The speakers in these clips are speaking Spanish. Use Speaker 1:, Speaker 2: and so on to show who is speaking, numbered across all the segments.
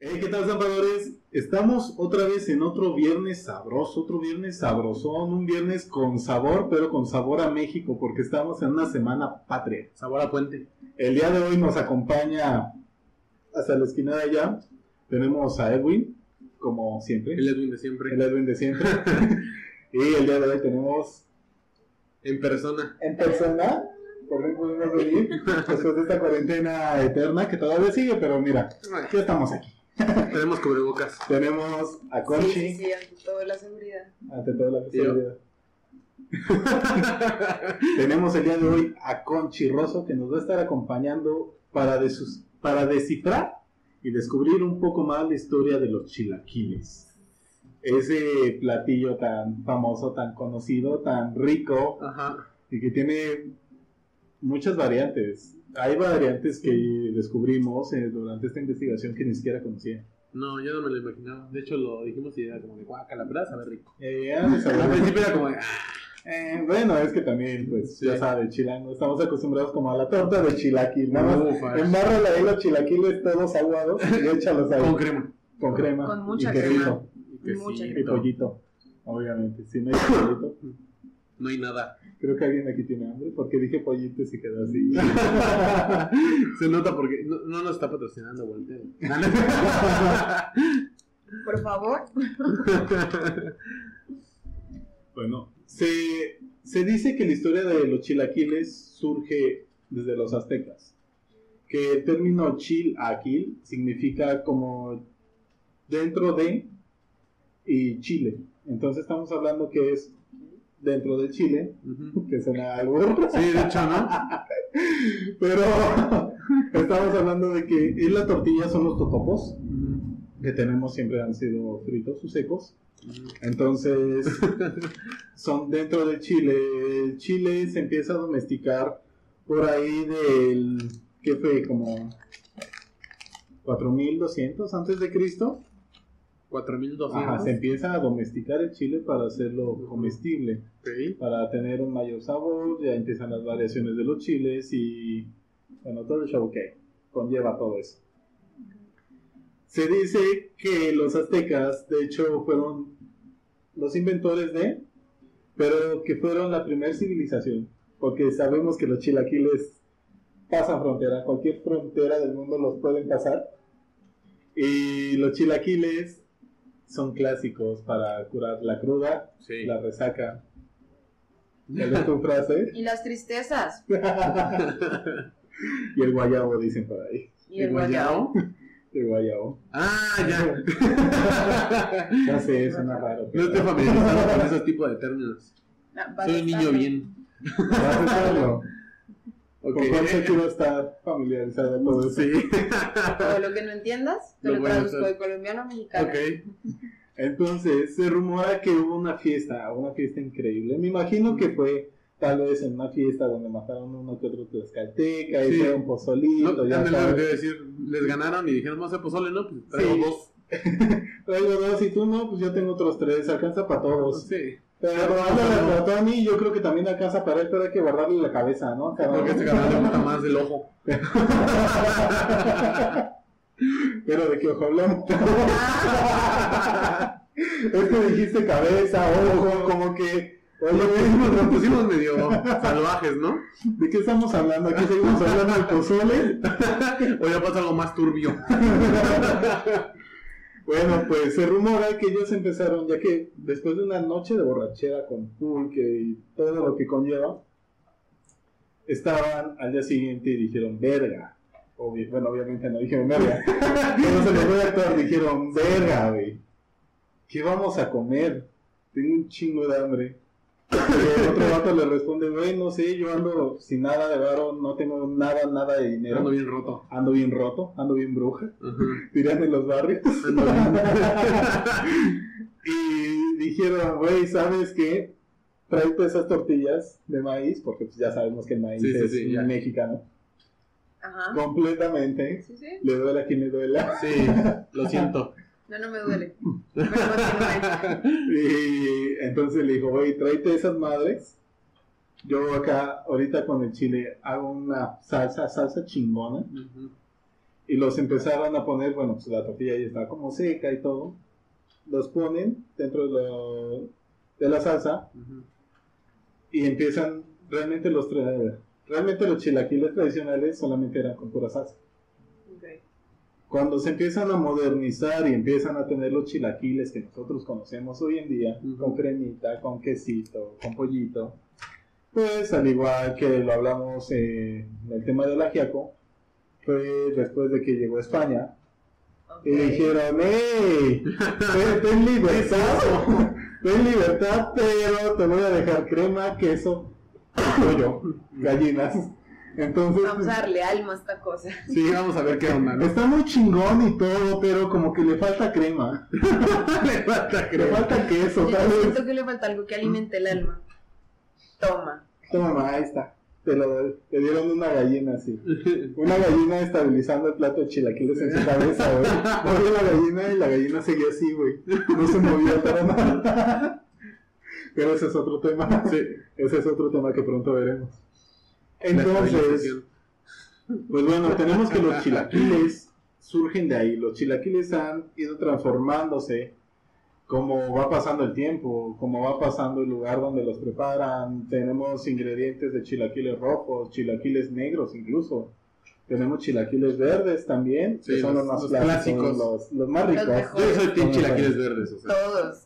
Speaker 1: Hey, ¿qué tal, zampadores? Estamos otra vez en otro viernes sabroso, otro viernes sabrosón, un viernes con sabor, pero con sabor a México, porque estamos en una semana patria.
Speaker 2: Sabor a puente.
Speaker 1: El día de hoy nos acompaña hasta la esquina de allá. Tenemos a Edwin, como siempre,
Speaker 2: El Edwin de siempre.
Speaker 1: el Edwin de siempre. y el día de hoy tenemos
Speaker 2: En persona.
Speaker 1: en persona, por fin pudimos venir, después de esta cuarentena eterna que todavía sigue, pero mira, ya estamos aquí.
Speaker 2: Tenemos cubrebocas.
Speaker 1: Tenemos a Conchi.
Speaker 3: Sí, sí, sí, ante todo la seguridad.
Speaker 1: Ante toda la
Speaker 2: Yo.
Speaker 1: seguridad. Tenemos el día de hoy a Conchi Rosso que nos va a estar acompañando para, desus- para descifrar y descubrir un poco más la historia de los chilaquiles. Ese platillo tan famoso, tan conocido, tan rico
Speaker 2: Ajá.
Speaker 1: y que tiene muchas variantes. Hay variantes que descubrimos eh, durante esta investigación que ni siquiera conocía.
Speaker 2: No, yo no me lo imaginaba. De hecho, lo dijimos y era como de guacala, pero sabe rico.
Speaker 1: Eh, ha de saber-
Speaker 2: Al principio era como de, ah,
Speaker 1: Eh, bueno, es que también, pues,
Speaker 2: Sí.
Speaker 1: ya sabes, chilango, estamos acostumbrados como a la torta de chilaquil, nada más.
Speaker 2: ufa,
Speaker 1: Embárrale ahí los chilaquiles todos aguados y échalos ahí
Speaker 2: con
Speaker 1: con,
Speaker 2: crema.
Speaker 1: crema.
Speaker 3: Con mucha
Speaker 1: y quesito,
Speaker 2: Y
Speaker 3: Mucha
Speaker 1: Y
Speaker 2: quesito.
Speaker 1: pollito, obviamente. Si no hay pollito,
Speaker 2: No hay nada.
Speaker 1: creo que alguien aquí tiene hambre porque dije pollito y se quedó así.
Speaker 2: Se nota porque no, no nos está patrocinando Voltaire.
Speaker 3: Por favor.
Speaker 1: bueno, se, se dice que la historia de los chilaquiles surge desde los aztecas. Que el término chilaquil significa como dentro de y chile. Entonces estamos hablando que es dentro del chile,
Speaker 2: Ujú.
Speaker 1: que suena algo.
Speaker 2: Sí, de hecho, ¿no?
Speaker 1: Pero estamos hablando de que en la tortilla son los totopos
Speaker 2: Ujú.
Speaker 1: que tenemos siempre han sido fritos o secos. Entonces, son dentro del Chile. El Chile se empieza a domesticar por ahí del, ¿qué fue? Como 4200 antes de Cristo. Ajá, se
Speaker 2: 4200.
Speaker 1: empieza a domesticar el chile para hacerlo comestible,
Speaker 2: Ok.
Speaker 1: para tener un mayor sabor, ya empiezan las variaciones de los chiles y, bueno, todo el show que conlleva todo eso. Se dice que los aztecas, de hecho, fueron los inventores de, pero que fueron la primera civilización, porque sabemos que los chilaquiles pasan frontera, cualquier frontera del mundo los pueden pasar. Y los chilaquiles son clásicos para curar la cruda,
Speaker 2: Sí.
Speaker 1: la resaca. Ya ves tu frase.
Speaker 3: Y las tristezas.
Speaker 1: y el guayabo, dicen por ahí.
Speaker 3: Y el guayabo.
Speaker 1: El guayabo.
Speaker 2: Ah, ya.
Speaker 1: Ya sé, suena raro.
Speaker 2: No
Speaker 1: pero-
Speaker 2: estoy familiarizado con ese tipo de términos.
Speaker 3: Ah, vas
Speaker 2: Soy
Speaker 3: a
Speaker 2: un niño
Speaker 3: estar-
Speaker 2: bien.
Speaker 1: Vas a estarlo.
Speaker 2: Ok.
Speaker 1: Con Juancho quiero estar familiarizado con todo eso.
Speaker 2: Sí.
Speaker 3: Todo lo que no entiendas, te
Speaker 2: Lo
Speaker 3: lo
Speaker 2: voy a
Speaker 3: traduzco
Speaker 2: hacer.
Speaker 3: de colombiano a mexicano.
Speaker 2: Ok.
Speaker 1: Entonces, se rumora que hubo una fiesta, una fiesta increíble. Me imagino que fue tal vez en una fiesta donde mataron uno que otro tlaxcalteca y
Speaker 2: Sí.
Speaker 1: fue un pozolito,
Speaker 2: No,
Speaker 1: ya
Speaker 2: ándale, lo que
Speaker 1: sabes.
Speaker 2: te iba a decir, les ganaron y dijeron, vamos a hacer pozole, ¿no? Pues traigo
Speaker 1: Sí.
Speaker 2: dos.
Speaker 1: Traigo dos y tú no, pues yo tengo otros tres, alcanza para todos.
Speaker 2: Sí.
Speaker 1: Pero ándale para Tony, yo creo que también alcanza para él, pero hay que guardarle la cabeza, ¿no? Cada
Speaker 2: Creo que
Speaker 1: uno.
Speaker 2: este canal le gusta más el ojo.
Speaker 1: Pero de qué ojo hablamos. es que dijiste cabeza, ojo, como que. Oye,
Speaker 2: Nos pusimos medio salvajes, ¿no?
Speaker 1: ¿de qué estamos hablando? Aquí seguimos hablando del pozole.
Speaker 2: O ya pasa algo más turbio.
Speaker 1: Bueno, pues se rumora que ellos empezaron, ya que después de una noche de borrachera con pulque y todo lo que conlleva, estaban al día siguiente y dijeron, verga. Obvi- bueno, obviamente no dijeron verga. Pero se les voy a actuar, dijeron, verga, güey. ¿Qué vamos a comer? Tengo un chingo de hambre. Y el otro vato le responde, güey, no sé, yo ando sin nada de varo, no tengo nada, nada de dinero.
Speaker 2: Ando bien roto.
Speaker 1: ando bien roto, ando bien bruja,
Speaker 2: Ajá.
Speaker 1: dirán en los barrios.
Speaker 2: Ando bien.
Speaker 1: y dijeron, güey, ¿sabes qué? Tráete esas tortillas de maíz, porque pues, ya sabemos que el maíz
Speaker 2: Sí, sí,
Speaker 1: es
Speaker 2: sí, ya.
Speaker 1: mexicano,
Speaker 3: Ajá.
Speaker 1: completamente.
Speaker 3: Sí, sí.
Speaker 1: Le duele a quien le duela.
Speaker 2: Sí, lo siento.
Speaker 3: No, no me duele. Pero continúe.
Speaker 1: Y entonces le dijo, güey, tráete esas madres. Yo acá, ahorita con el chile, hago una salsa, salsa chingona.
Speaker 2: Ujú.
Speaker 1: y los empezaron a poner, bueno, pues la tortilla ya está como seca y todo, los ponen dentro de, lo- de la salsa
Speaker 2: Ujú.
Speaker 1: y empiezan, realmente los, tra- realmente los chilaquiles tradicionales solamente eran con pura salsa.
Speaker 3: Ok.
Speaker 1: Cuando se empiezan a modernizar y empiezan a tener los chilaquiles que nosotros conocemos hoy en día,
Speaker 2: Ujú.
Speaker 1: con cremita, con quesito, con pollito, pues al igual que lo hablamos eh, en el tema del ajiaco, fue después de que llegó a España
Speaker 3: Ok.
Speaker 2: Eh,
Speaker 1: y dijeron, ¡Ey! Estoy en libertad, estoy en libertad, pero te voy a dejar crema, queso, pollo, gallinas. Entonces, pues,
Speaker 3: Vamos a darle alma a esta cosa.
Speaker 2: Sí, vamos a ver qué onda, ¿no?
Speaker 1: Está muy chingón y todo, pero como que le falta crema.
Speaker 2: Le falta
Speaker 1: Le
Speaker 2: crema.
Speaker 1: falta queso,
Speaker 3: Yo
Speaker 1: tal vez.
Speaker 3: siento que le falta algo que alimente el alma. Toma.
Speaker 1: Toma, ahí está. Te, lo, doy. Te dieron una gallina así. Una gallina estabilizando el plato de chilaquiles en su cabeza, güey. Movió la gallina y la gallina seguía así, güey. No se movió para nada. Pero ese es otro tema.
Speaker 2: Sí.
Speaker 1: Ese es otro tema que pronto veremos.
Speaker 2: La
Speaker 1: Entonces,
Speaker 2: estabilización.
Speaker 1: Pues bueno, tenemos que los chilaquiles surgen de ahí. Los chilaquiles han ido transformándose como va pasando el tiempo, como va pasando el lugar donde los preparan. Tenemos ingredientes de chilaquiles rojos, chilaquiles negros incluso. Tenemos chilaquiles verdes también, que
Speaker 2: Sí,
Speaker 1: son los,
Speaker 2: los-
Speaker 1: más
Speaker 2: los
Speaker 1: clásicos,
Speaker 2: clásicos.
Speaker 1: los, los más
Speaker 3: Los
Speaker 1: ricos.
Speaker 3: mejores.
Speaker 2: Yo soy team chilaquiles verdes, o sea.
Speaker 3: Todos.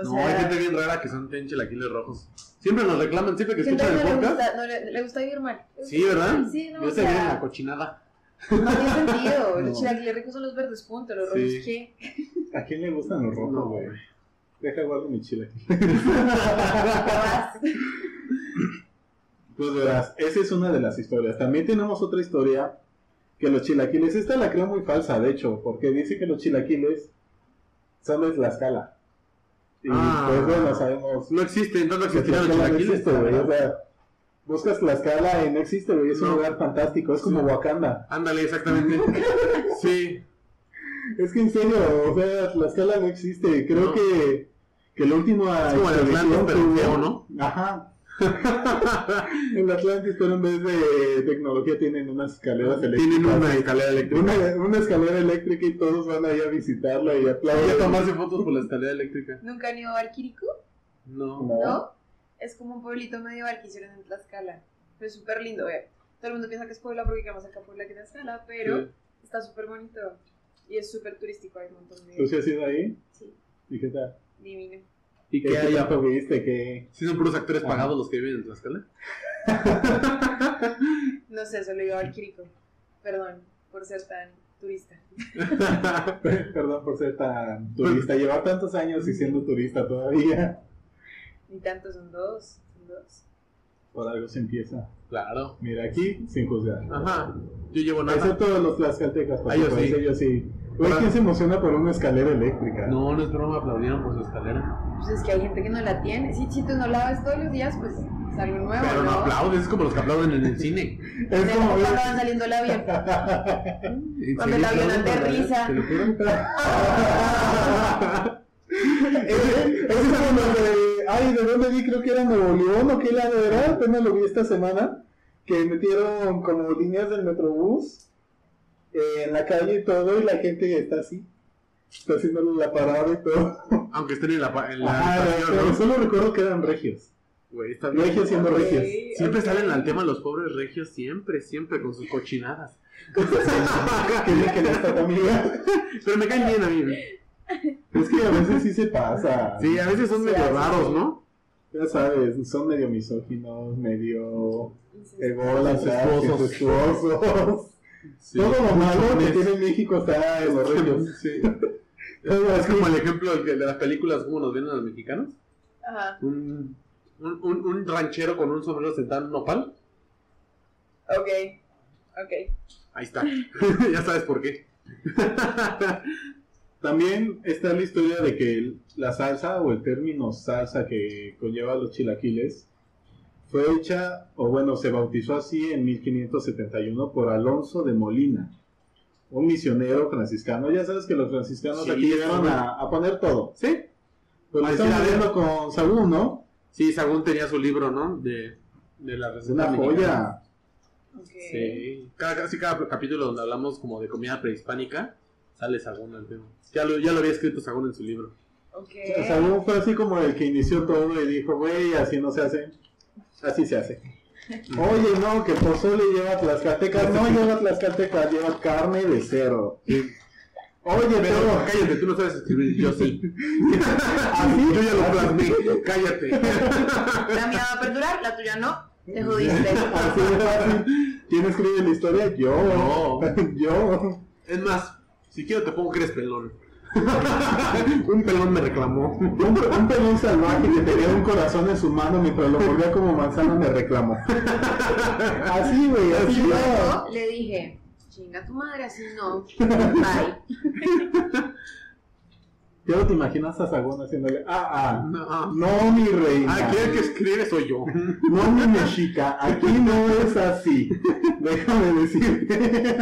Speaker 3: O
Speaker 2: No,
Speaker 3: sea,
Speaker 2: hay gente bien rara que son team chilaquiles rojos. Siempre nos reclaman, siempre que
Speaker 3: gente
Speaker 2: escuchan el
Speaker 3: que no le
Speaker 2: podcast.
Speaker 3: gusta, no le, le gusta vivir mal.
Speaker 2: Sí, ¿verdad?
Speaker 3: Sí, no,
Speaker 2: Yo
Speaker 3: o
Speaker 2: sé bien
Speaker 3: sea,
Speaker 2: la cochinada.
Speaker 3: no tiene sentido.
Speaker 1: No.
Speaker 3: Los chilaquiles ricos son los verdes, punto. Los
Speaker 2: Sí.
Speaker 3: rojos, ¿qué?
Speaker 1: ¿A quién le gustan los rojos,
Speaker 2: No,
Speaker 1: güey?
Speaker 2: güey.
Speaker 1: Deja guardo mi chilaquil.
Speaker 3: Capaz.
Speaker 1: Pues verás, esa es una de las historias. También tenemos otra historia que los chilaquiles, esta la creo muy falsa, de hecho, porque dice que los chilaquiles son de Tlaxcala. Y
Speaker 2: Ah.
Speaker 1: pues bueno, sabemos.
Speaker 2: No existen, no
Speaker 1: que
Speaker 2: existieron los
Speaker 1: Tlaxcala no
Speaker 2: chilaquiles.
Speaker 1: existe, güey. O sea, buscas Tlaxcala y no existe, güey. Es un
Speaker 2: No.
Speaker 1: lugar fantástico, es como Wakanda.
Speaker 2: Ándale, exactamente. Sí,
Speaker 1: Es que en serio, o sea, Tlaxcala no existe. Creo
Speaker 2: No.
Speaker 1: que, que la última.
Speaker 2: es como el
Speaker 1: expedición
Speaker 2: Atlantis, pero
Speaker 1: que hubo-
Speaker 2: feo, ¿no?
Speaker 1: Ajá. el Atlantis, pero en vez de tecnología tienen unas escaleras eléctricas.
Speaker 2: Tienen una escalera eléctrica.
Speaker 1: Una, una escalera eléctrica y todos van ahí a visitarla y
Speaker 2: Voy a
Speaker 1: aplauden.
Speaker 2: tomarse fotos por la escalera eléctrica.
Speaker 3: ¿Nunca han ido a Arquirico?
Speaker 2: No.
Speaker 1: No.
Speaker 3: ¿No? Es como un pueblito medieval que hicieron en Tlaxcala. Pero es súper lindo, ver. Todo el mundo piensa que es Puebla porque quedamos acá a Puebla que Tlaxcala, pero
Speaker 2: Sí.
Speaker 3: está súper bonito. Y es súper turístico, hay un montón
Speaker 1: ¿Tú
Speaker 3: de...
Speaker 1: sí has ido ahí?
Speaker 3: Sí,
Speaker 1: ¿Y qué tal?
Speaker 3: divino.
Speaker 2: ¿Y qué hay?
Speaker 1: ya viste? que
Speaker 2: ¿Sí son puros actores
Speaker 1: Ah.
Speaker 2: pagados los que viven en Tlaxcala?
Speaker 3: No sé, solo iba a Arquirico. Perdón por ser tan turista.
Speaker 1: Perdón por ser tan turista. Llevar tantos años y siendo turista todavía.
Speaker 3: Ni tanto son dos, son dos.
Speaker 1: Por algo se empieza.
Speaker 2: Claro.
Speaker 1: Mira aquí, sin juzgar.
Speaker 2: Ajá. Yo llevo nada.
Speaker 1: Excepto de los tlaxcaltecas, por
Speaker 2: Ah, yo
Speaker 1: supuesto,
Speaker 2: sí.
Speaker 1: ellos sí. Güey, ¿quién se emociona por una escalera eléctrica?
Speaker 2: No, no es broma, aplaudieron por su escalera.
Speaker 3: Pues es que hay gente que no la tiene. Si, si tú no la ves todos los días, pues es algo nuevo,
Speaker 2: Pero no
Speaker 3: ¿no?
Speaker 2: aplaudes, es como los que aplauden en el cine.
Speaker 1: Es
Speaker 3: Pero
Speaker 1: como...
Speaker 3: cuando van saliendo el avión. Cuando el avión aterriza.
Speaker 2: Te lo juro.
Speaker 1: Ese- ese es como lo de. Ay, ¿de dónde vi? Creo que era Nuevo León o qué la de verdad. Apenas lo vi esta semana. Que metieron como líneas del metrobús eh, en la calle y todo. Y la gente está así. Está haciendo la parada y todo.
Speaker 2: Aunque estén en la, pa- en la
Speaker 1: Ajá,
Speaker 2: estación,
Speaker 1: pero
Speaker 2: ¿no?
Speaker 1: solo recuerdo que eran regios.
Speaker 2: Güey, está bien.
Speaker 1: Regios siendo regios.
Speaker 3: Ok,
Speaker 2: Siempre
Speaker 3: ok.
Speaker 2: salen al tema los pobres regios, siempre, siempre, con sus cochinadas.
Speaker 1: que le que le está tu amiga.
Speaker 2: Pero me caen bien a mí.
Speaker 1: Es que a veces sí se pasa.
Speaker 2: Sí, a veces son
Speaker 3: Sí,
Speaker 2: medio
Speaker 3: así.
Speaker 2: raros, ¿no?
Speaker 1: Ya sabes, son medio misóginos, medio
Speaker 3: Incestuoso.
Speaker 1: ególatras,
Speaker 2: Incestuosos.
Speaker 1: incestuosos.
Speaker 2: Sí.
Speaker 1: Todo lo malo que
Speaker 2: Buchones.
Speaker 1: tiene México está en los regios.
Speaker 2: Sí. Es como el ejemplo del que- de las películas, como nos vienen a los mexicanos.
Speaker 3: Ajá.
Speaker 2: Un, un, un- un ranchero con un sombrero sentado en un nopal.
Speaker 3: Ok. Ok.
Speaker 2: Ahí está. ya sabes por qué.
Speaker 1: También está la historia de que el- la salsa o el término salsa que conlleva los chilaquiles fue hecha, o bueno, se bautizó así en 1571 por Alonso de Molina, un misionero franciscano. Ya sabes que los franciscanos
Speaker 2: Sí,
Speaker 1: aquí llegaron
Speaker 2: sí.
Speaker 1: a, a poner todo.
Speaker 2: ¿Sí?
Speaker 1: Pues lo
Speaker 2: Ah, sí,
Speaker 1: estamos
Speaker 2: a ver.
Speaker 1: viendo con Saúl, ¿no?
Speaker 2: Sí, Sagún tenía su libro, ¿no? De, de la
Speaker 1: Es
Speaker 2: receta.
Speaker 1: una
Speaker 2: mexicana.
Speaker 1: joya.
Speaker 3: Ok.
Speaker 2: Sí. Eh, Cada, casi cada capítulo donde hablamos como de comida prehispánica, sale Sagún al tema. Ya lo, ya lo había escrito Sagún en su libro.
Speaker 3: Ok.
Speaker 1: O sea, Sagún fue así como el que inició todo y dijo, güey, así no se hace. Así se hace. Oye, no, que pozole lleva tlaxcaltecas. No lleva tlaxcaltecas, lleva carne de cerdo. Oye,
Speaker 2: Pero
Speaker 1: pero...
Speaker 2: cállate, tú no sabes escribir, yo sí.
Speaker 1: ¿Así?
Speaker 2: Yo ya lo
Speaker 1: Ah,
Speaker 2: plasmé, cállate.
Speaker 3: La mía va a perdurar, la tuya no. Te jodiste.
Speaker 1: Así de fácil. ¿Quién escribe la historia? Yo.
Speaker 2: No.
Speaker 1: Yo.
Speaker 2: Es más, si quiero te pongo que eres pelón. Un pelón me reclamó.
Speaker 1: Un, un pelón salvaje que tenía un corazón en su mano mientras lo mordía como manzana me reclamó. Así, güey,
Speaker 3: Y
Speaker 1: así va.
Speaker 3: luego le dije, chinga tu madre, así no. Bye.
Speaker 1: Ya no te imaginas a Sagón haciéndole, ah,
Speaker 2: No,
Speaker 1: ah,
Speaker 2: ah.
Speaker 1: no mi reina,
Speaker 2: Ah, ¿quién que escribe soy yo.
Speaker 1: no mi mexica, aquí no es así, déjame decirte.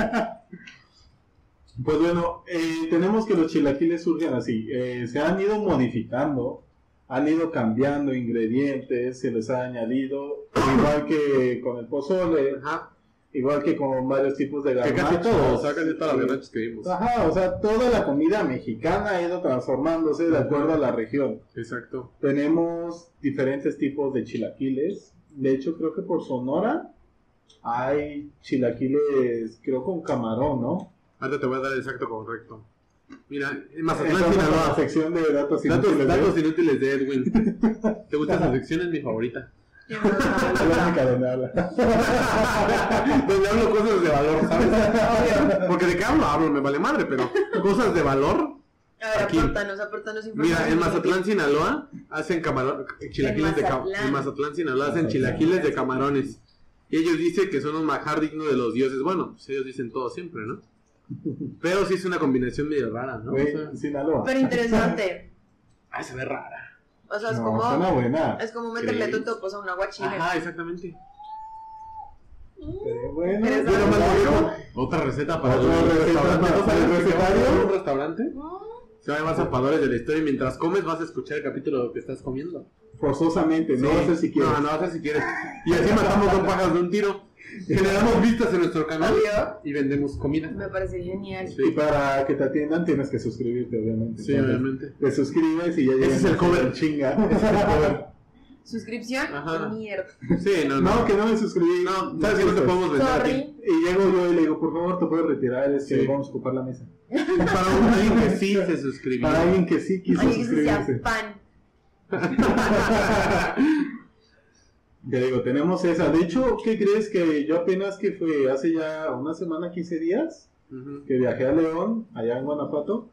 Speaker 1: Pues bueno, eh, tenemos que los chilaquiles surgen así, eh, se han ido modificando, han ido cambiando ingredientes, se les ha añadido, igual que con el pozole,
Speaker 2: Ajá.
Speaker 1: igual que con varios tipos de
Speaker 2: Que
Speaker 1: garnachas.
Speaker 2: casi todos, o sea, casi todas las garnachas que vimos.
Speaker 1: Ajá, o sea, toda la comida mexicana ha ido transformándose de acuerdo a la región.
Speaker 2: Exacto.
Speaker 1: Tenemos diferentes tipos de chilaquiles. De hecho, creo que por Sonora hay chilaquiles, creo con camarón, ¿no?
Speaker 2: Ahora te voy a dar el exacto correcto. Mira, en Mazatlán,
Speaker 1: Entramos a la
Speaker 2: Sinaloa.
Speaker 1: sección de datos
Speaker 2: Datos,
Speaker 1: inútiles,
Speaker 2: datos inútiles de Edwin. ¿Te gusta esa sección? Es mi favorita.
Speaker 3: Yo no, no,
Speaker 1: ¿eh?
Speaker 3: no.
Speaker 1: La única donde habla.
Speaker 2: Donde hablo cosas de valor, ¿sabes? Porque de qué hablo, hablo, me vale madre, pero cosas de valor.
Speaker 3: A ver,
Speaker 2: Aquí.
Speaker 3: apórtanos, apórtanos información.
Speaker 2: Mira, en Mazatlán, Sinaloa, hacen camarón, chilaquiles
Speaker 3: En
Speaker 2: de ca-
Speaker 3: Mazatlán.
Speaker 2: En Mazatlán, Sinaloa, hacen
Speaker 1: Mazatlán.
Speaker 2: chilaquiles de camarones. Y ellos dicen que son un majar digno de los dioses. Bueno, pues ellos dicen todo siempre, ¿no? Pero sí es una combinación medio rara, ¿no? O
Speaker 1: Güey,
Speaker 2: sea,
Speaker 1: Sinaloa.
Speaker 3: Pero interesante.
Speaker 2: ay, se ve rara.
Speaker 3: O sea, es
Speaker 1: No,
Speaker 3: como,
Speaker 1: suena buena.
Speaker 3: es como meterle
Speaker 2: ¿Crees?
Speaker 3: totopos a un aguachile.
Speaker 2: Ajá, exactamente.
Speaker 3: Mm,
Speaker 1: Pero bueno,
Speaker 3: Pero
Speaker 1: bueno,
Speaker 3: es
Speaker 1: más
Speaker 2: Luego,
Speaker 1: bien,
Speaker 2: Otra receta para
Speaker 1: Otra
Speaker 2: los
Speaker 1: receta
Speaker 2: restaurantes.
Speaker 1: para-
Speaker 2: ¿No sabes
Speaker 1: para el
Speaker 2: que cuando
Speaker 1: recetario?
Speaker 2: vas a un restaurante?
Speaker 3: Mm,
Speaker 2: Se van más zapadores de la historia y mientras comes vas a escuchar el capítulo que estás comiendo.
Speaker 1: forzosamente, no
Speaker 2: Sí.
Speaker 1: va a ser si quieres.
Speaker 2: No, no va a ser si quieres. Y así matamos dos pajas de un tiro. Generamos vistas en nuestro canal
Speaker 3: Obvio.
Speaker 2: y vendemos comida.
Speaker 3: Me parece genial.
Speaker 1: Y para que te atiendan tienes que suscribirte, obviamente.
Speaker 2: Sí,
Speaker 1: Entonces,
Speaker 2: obviamente.
Speaker 1: Te suscribes y ya llegas.
Speaker 2: es el cover.
Speaker 1: chinga.
Speaker 3: Suscripción,
Speaker 2: Ajá.
Speaker 3: mierda.
Speaker 2: Sí, no, no.
Speaker 1: no, que no me suscribí.
Speaker 2: No, sabes que no te
Speaker 1: pues.
Speaker 2: podemos vender aquí.
Speaker 3: Sorry.
Speaker 1: Y llego yo y le digo, por favor, te puedes retirar, es que
Speaker 2: Sí.
Speaker 1: vamos a ocupar la mesa.
Speaker 2: Para un alguien que sí se suscribió.
Speaker 1: Para alguien que sí quiso
Speaker 3: Ay, que sea
Speaker 1: suscribirse.
Speaker 3: pan.
Speaker 1: Te digo, tenemos esa. De hecho, ¿qué crees que yo apenas que fue hace ya una semana, 15 días,
Speaker 2: Ujú.
Speaker 1: que viajé a León, allá en Guanajuato,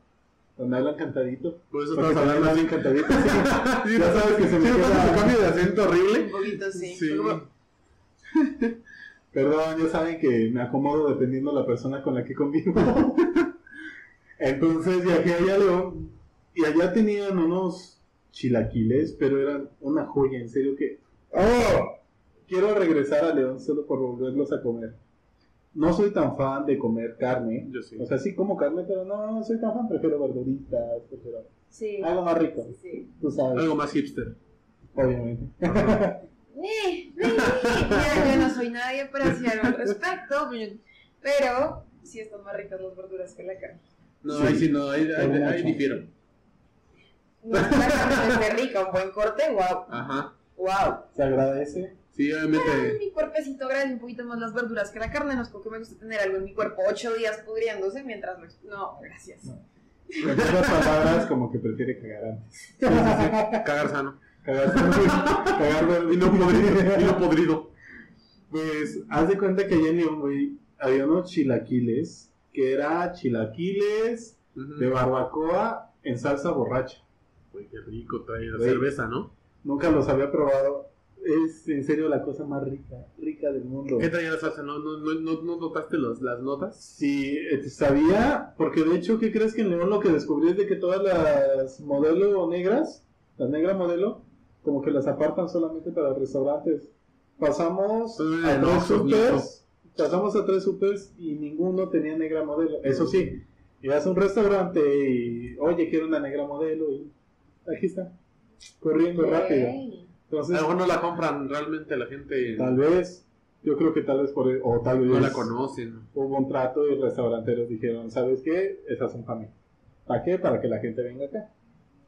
Speaker 1: donde hablan cantadito?
Speaker 2: Por eso
Speaker 1: Porque
Speaker 2: estamos
Speaker 1: también
Speaker 2: hablando así.
Speaker 1: hablan cantadito, sí.
Speaker 2: Sí,
Speaker 1: Ya
Speaker 2: no-
Speaker 1: sabes que se me
Speaker 2: sí, no
Speaker 1: queda-
Speaker 2: pasa su cambio de acento
Speaker 3: Un
Speaker 2: horrible.
Speaker 3: poquito, sí.
Speaker 2: Sí.
Speaker 3: Como-
Speaker 1: Perdón, ya saben que me acomodo dependiendo la persona con la que convivo. Entonces viajé allá a León y allá tenían unos chilaquiles, pero eran una joya, en serio que... ¡Oh! Quiero regresar a León solo por volverlos a comer. No soy tan fan de comer carne.
Speaker 2: Yo sí.
Speaker 1: O sea, sí como carne, pero no, no soy tan fan, prefiero verduritas, prefiero
Speaker 3: Sí.
Speaker 1: algo más rico,
Speaker 3: Sí.
Speaker 1: tú sabes,
Speaker 2: Algo más hipster.
Speaker 1: obviamente.
Speaker 3: Eh, eh, Mira, yo no soy nadie para decir algo al respecto, pero sí están más ricas las verduras que la carne.
Speaker 2: No,
Speaker 1: Sí.
Speaker 2: ahí sí no, ahí, ahí,
Speaker 1: Pero
Speaker 2: ahí
Speaker 1: mucho.
Speaker 2: difiero.
Speaker 3: No, la carne esté rica, un buen corte, wow,
Speaker 2: Ajá.
Speaker 3: wow.
Speaker 1: Se agradece.
Speaker 2: Sí, obviamente.
Speaker 3: Mi cuerpecito agradece un poquito más las verduras que la carne, no es porque me gusta tener algo en mi cuerpo ocho días pudriéndose mientras lo... ex- No, gracias.
Speaker 1: En otras palabras, como que prefiere cagar antes.
Speaker 2: Cagar sano.
Speaker 1: Cagar, cagar verde.
Speaker 2: Y no podrido. Y no podrido.
Speaker 1: Pues, haz de cuenta que allá en León, güey, había unos chilaquiles, que era chilaquiles
Speaker 2: Ujú.
Speaker 1: de barbacoa en salsa borracha.
Speaker 2: Güey, qué rico trae la
Speaker 1: Güey.
Speaker 2: cerveza, ¿no?
Speaker 1: Nunca los había probado. Es en serio la cosa más rica, rica del mundo.
Speaker 2: ¿Qué traía la salsa? ¿No, no, no, no, no notaste los, las notas?
Speaker 1: Sí, eh, sabía, porque de hecho, ¿qué crees que en León lo que descubrí es de que todas las modelo negras, las negra modelo, como que las apartan solamente para restaurantes. Pasamos
Speaker 2: Ah,
Speaker 1: a
Speaker 2: no,
Speaker 1: tres
Speaker 2: eso es
Speaker 1: supers, pasamos a tres supers y ninguno tenía negra modelo. Eso sí, ibas a un restaurante y, oye, quiero una negra modelo y aquí está, corriendo rápido.
Speaker 3: Yay.
Speaker 2: A lo
Speaker 1: Entonces,
Speaker 2: Ah, mejor no la compran realmente la gente.
Speaker 1: Pues, tal vez, Yo creo que tal vez por e, o tal vez
Speaker 2: No la conocen.
Speaker 1: hubo un trato y restauranteros dijeron, ¿sabes qué? Esas son para mí. ¿Para qué? Para que la gente venga acá.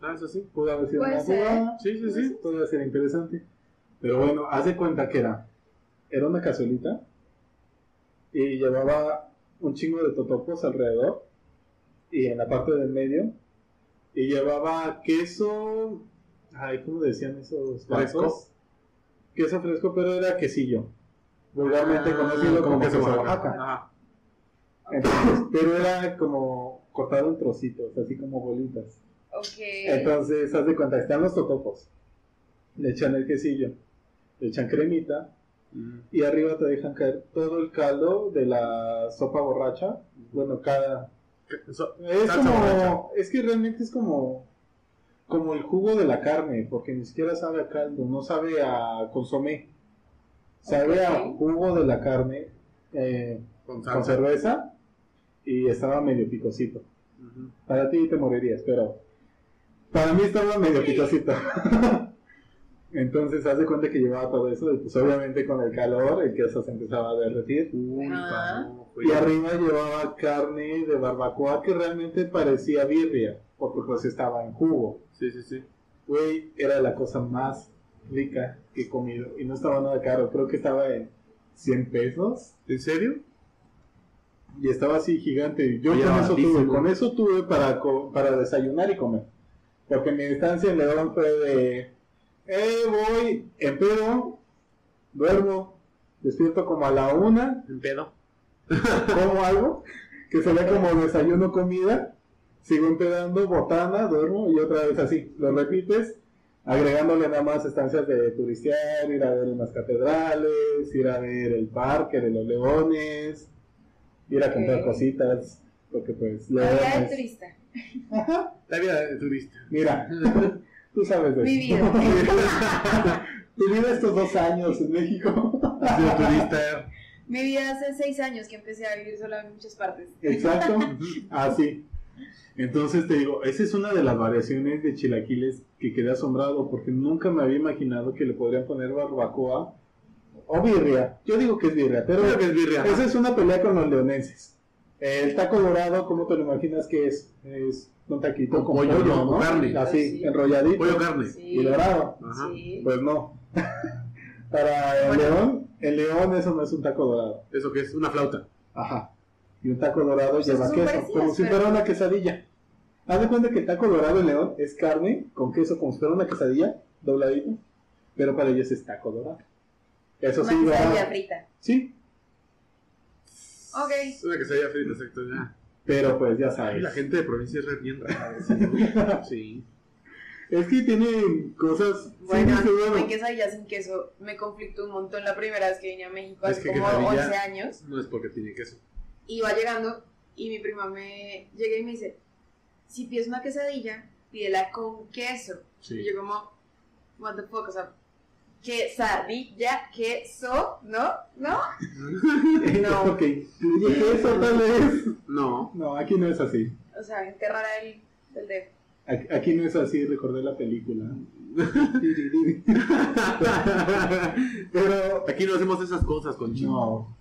Speaker 2: Ah, eso sí.
Speaker 1: Pudo haber sido
Speaker 3: Puede
Speaker 1: una
Speaker 3: ser.
Speaker 1: jugada,
Speaker 2: Sí, sí, sí.
Speaker 1: podría ser interesante. Pero bueno, hace cuenta que era, era una cazuelita y llevaba un chingo de totopos alrededor y en la parte del medio y llevaba queso, ay, ¿cómo decían esos
Speaker 2: Fresco.
Speaker 1: vasos? Queso fresco, pero era quesillo, vulgarmente
Speaker 2: Ah,
Speaker 1: conocido como queso
Speaker 2: Oaxaca.
Speaker 1: Oaxaca.
Speaker 2: Ajá.
Speaker 1: Entonces, pero era como cortado en trocitos, así como bolitas.
Speaker 3: Ok.
Speaker 1: Entonces, haz de cuenta, están los totopos. Le echan el quesillo, le echan cremita
Speaker 2: Mm.
Speaker 1: y arriba te dejan caer todo el caldo de la sopa borracha. Bueno, cada...
Speaker 2: So-
Speaker 1: Es
Speaker 2: Salsa borracha.
Speaker 1: como... Es que realmente es como... Como el jugo de la carne, porque ni siquiera sabe a caldo, no sabe a consomé. Sabe a
Speaker 3: Ok.
Speaker 1: jugo de la carne eh,
Speaker 2: Con
Speaker 1: con
Speaker 2: salsa.
Speaker 1: cerveza y estaba medio picosito.
Speaker 2: Ujú.
Speaker 1: Para ti te morirías, pero para mí estaba medio picosito. Entonces, haz de cuenta que llevaba todo eso, y pues obviamente con el calor el queso se empezaba a derretir.
Speaker 2: Uy,
Speaker 3: Ajá.
Speaker 2: panojo,
Speaker 1: Y
Speaker 2: ya.
Speaker 1: arriba llevaba carne de barbacoa que realmente parecía birria, porque pues estaba en jugo.
Speaker 2: Sí, sí, sí.
Speaker 1: Güey, era la cosa más rica que he comido, y no estaba nada caro, creo que estaba en 100 pesos,
Speaker 2: ¿En serio?
Speaker 1: y estaba así gigante. Yo
Speaker 2: Oye,
Speaker 1: con eso tuve,
Speaker 2: baratísimo.
Speaker 1: con eso tuve para, co- para desayunar y comer. Porque mi distancia en León fue de, eh, voy, empedo, duermo, despierto como a la una,
Speaker 2: ¿En pedo?
Speaker 1: como algo, que se ve como desayuno, comida, sigo empedando, botana, duermo y otra vez así. Lo repites, agregándole nada más estancias de turistear, ir a ver unas catedrales, ir a ver el parque de los leones, ir a comprar
Speaker 3: Ok.
Speaker 1: cositas, porque pues
Speaker 3: La vida de
Speaker 1: leones.
Speaker 3: turista.
Speaker 2: La vida de turista.
Speaker 1: Mira, tú sabes de
Speaker 3: Mi vida.
Speaker 1: eso. Tu vida estos dos años en México.
Speaker 2: Ha sido turista.
Speaker 3: Mi vida hace seis años que empecé a vivir sola en muchas partes.
Speaker 1: Exacto.
Speaker 2: Ujú.
Speaker 1: Así. Entonces te digo, esa es una de las variaciones de chilaquiles que quedé asombrado porque nunca me había imaginado que le podrían poner barbacoa o birria. Yo digo que es birria, pero
Speaker 2: Creo que es birria.
Speaker 1: esa es una pelea con los leonenses. El taco dorado, ¿cómo te lo imaginas que es? Es un taquito
Speaker 2: Con
Speaker 1: con,
Speaker 2: pollo, ¿no? Con carne.
Speaker 1: Así,
Speaker 3: Sí.
Speaker 1: enrolladito
Speaker 2: Pollo carne.
Speaker 3: Sí.
Speaker 1: y dorado.
Speaker 2: Ajá.
Speaker 3: Sí.
Speaker 1: Pues no. Para el
Speaker 3: Bueno.
Speaker 1: león, el león eso no es un taco dorado.
Speaker 2: Eso que es una flauta.
Speaker 1: Ajá. Y un taco dorado
Speaker 3: Pues
Speaker 1: lleva
Speaker 3: son
Speaker 1: queso,
Speaker 3: parecidas,
Speaker 1: como si
Speaker 3: pero-
Speaker 1: fuera una quesadilla. Haz de cuenta que el taco dorado en León es carne con queso, como si fuera una quesadilla, dobladito, pero para ellos es taco dorado. Eso
Speaker 3: Una
Speaker 1: sí,
Speaker 3: quesadilla
Speaker 1: va,
Speaker 3: frita.
Speaker 1: sí,
Speaker 3: Ok.
Speaker 2: Es una que se haya frita, exacto. ya.
Speaker 1: pero pues ya sabes.
Speaker 2: Ay, la gente de provincia es re bien rara. sí. Sí.
Speaker 1: Es que tienen cosas... sí,
Speaker 3: Bueno,
Speaker 1: sí, bueno.
Speaker 3: mi quesadilla sin queso me conflictó un montón la primera vez que vine a México,
Speaker 2: Es
Speaker 3: hace
Speaker 2: que
Speaker 3: como
Speaker 2: quesadilla-
Speaker 3: 11 años.
Speaker 2: No es porque tiene queso.
Speaker 3: Iba llegando y mi prima me llega y me dice, si pides una quesadilla, pídela con queso. Y
Speaker 2: Sí.
Speaker 3: yo como, what the fuck, o sea, quesadilla, queso, ¿no? ¿No?
Speaker 1: Es porque incluye queso tal vez.
Speaker 2: No.
Speaker 1: No, aquí no es así.
Speaker 3: O sea, gente rara del, del dedo.
Speaker 1: Aquí aquí no es así, recordé la película. Pero...
Speaker 2: Aquí no hacemos esas cosas con chino.
Speaker 1: No.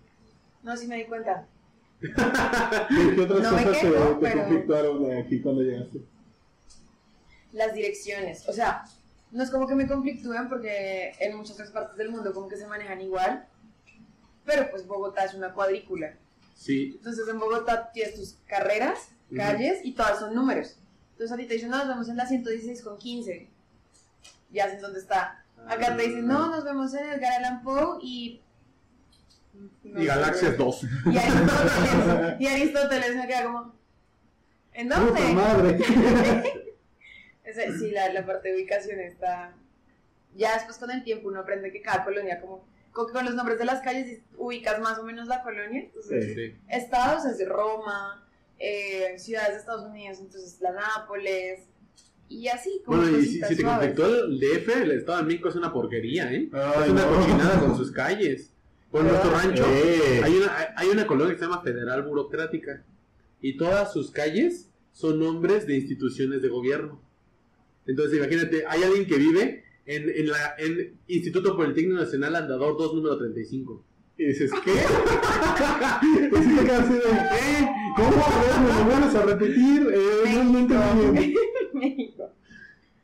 Speaker 3: No, si me di cuenta.
Speaker 1: ¿Qué, qué otras
Speaker 3: No me
Speaker 1: cosas te-
Speaker 3: quejo,
Speaker 1: te,
Speaker 3: pero-
Speaker 1: conflictuaron aquí cuando llegaste?
Speaker 3: Las direcciones, o sea, no es como que me conflictúen porque en muchas otras partes del mundo como que se manejan igual, pero pues Bogotá es una cuadrícula.
Speaker 2: Sí.
Speaker 3: Entonces en Bogotá tienes tus carreras,
Speaker 2: Ujú.
Speaker 3: calles y todas son números. Entonces a ti te dicen, no, nos vemos en la 116 con 15. Y haces dónde está. Acá te dicen, no, nos vemos en el Allan Poe y... no
Speaker 2: Y
Speaker 3: sé,
Speaker 2: Galaxias 2.
Speaker 3: Y Aristóteles, y Aristóteles me queda como, ¿en
Speaker 1: ¡Puta
Speaker 3: dónde?
Speaker 1: madre!
Speaker 3: Ese- sí, la, la parte de ubicación está... Ya después con el tiempo uno aprende que cada colonia, como, como que con los nombres de las calles ubicas más o menos la colonia. Entonces,
Speaker 2: Sí.
Speaker 3: estados es Roma, eh, ciudades de Estados Unidos, entonces la Nápoles, y así como
Speaker 2: Bueno, y si,
Speaker 3: cositas
Speaker 2: si te
Speaker 3: suaves.
Speaker 2: conflictó el DF, el Estado de México es una porquería, ¿eh?
Speaker 1: Ay,
Speaker 2: es una
Speaker 1: no.
Speaker 2: cochinada con sus calles. Con nuestro rancho.
Speaker 1: Eh.
Speaker 2: Hay una, hay una colonia que se llama Federal Burocrática. Y todas sus calles son nombres de instituciones de gobierno. Entonces, imagínate, hay alguien que vive en, en la, en Instituto Politécnico Nacional Andador 2, número 35.
Speaker 1: Y dices, ¿qué? es que casi de, ¿eh? ¿Cómo? A ver, ¿Me lo vuelves a repetir? Eh, no, no entendí bien.
Speaker 3: México.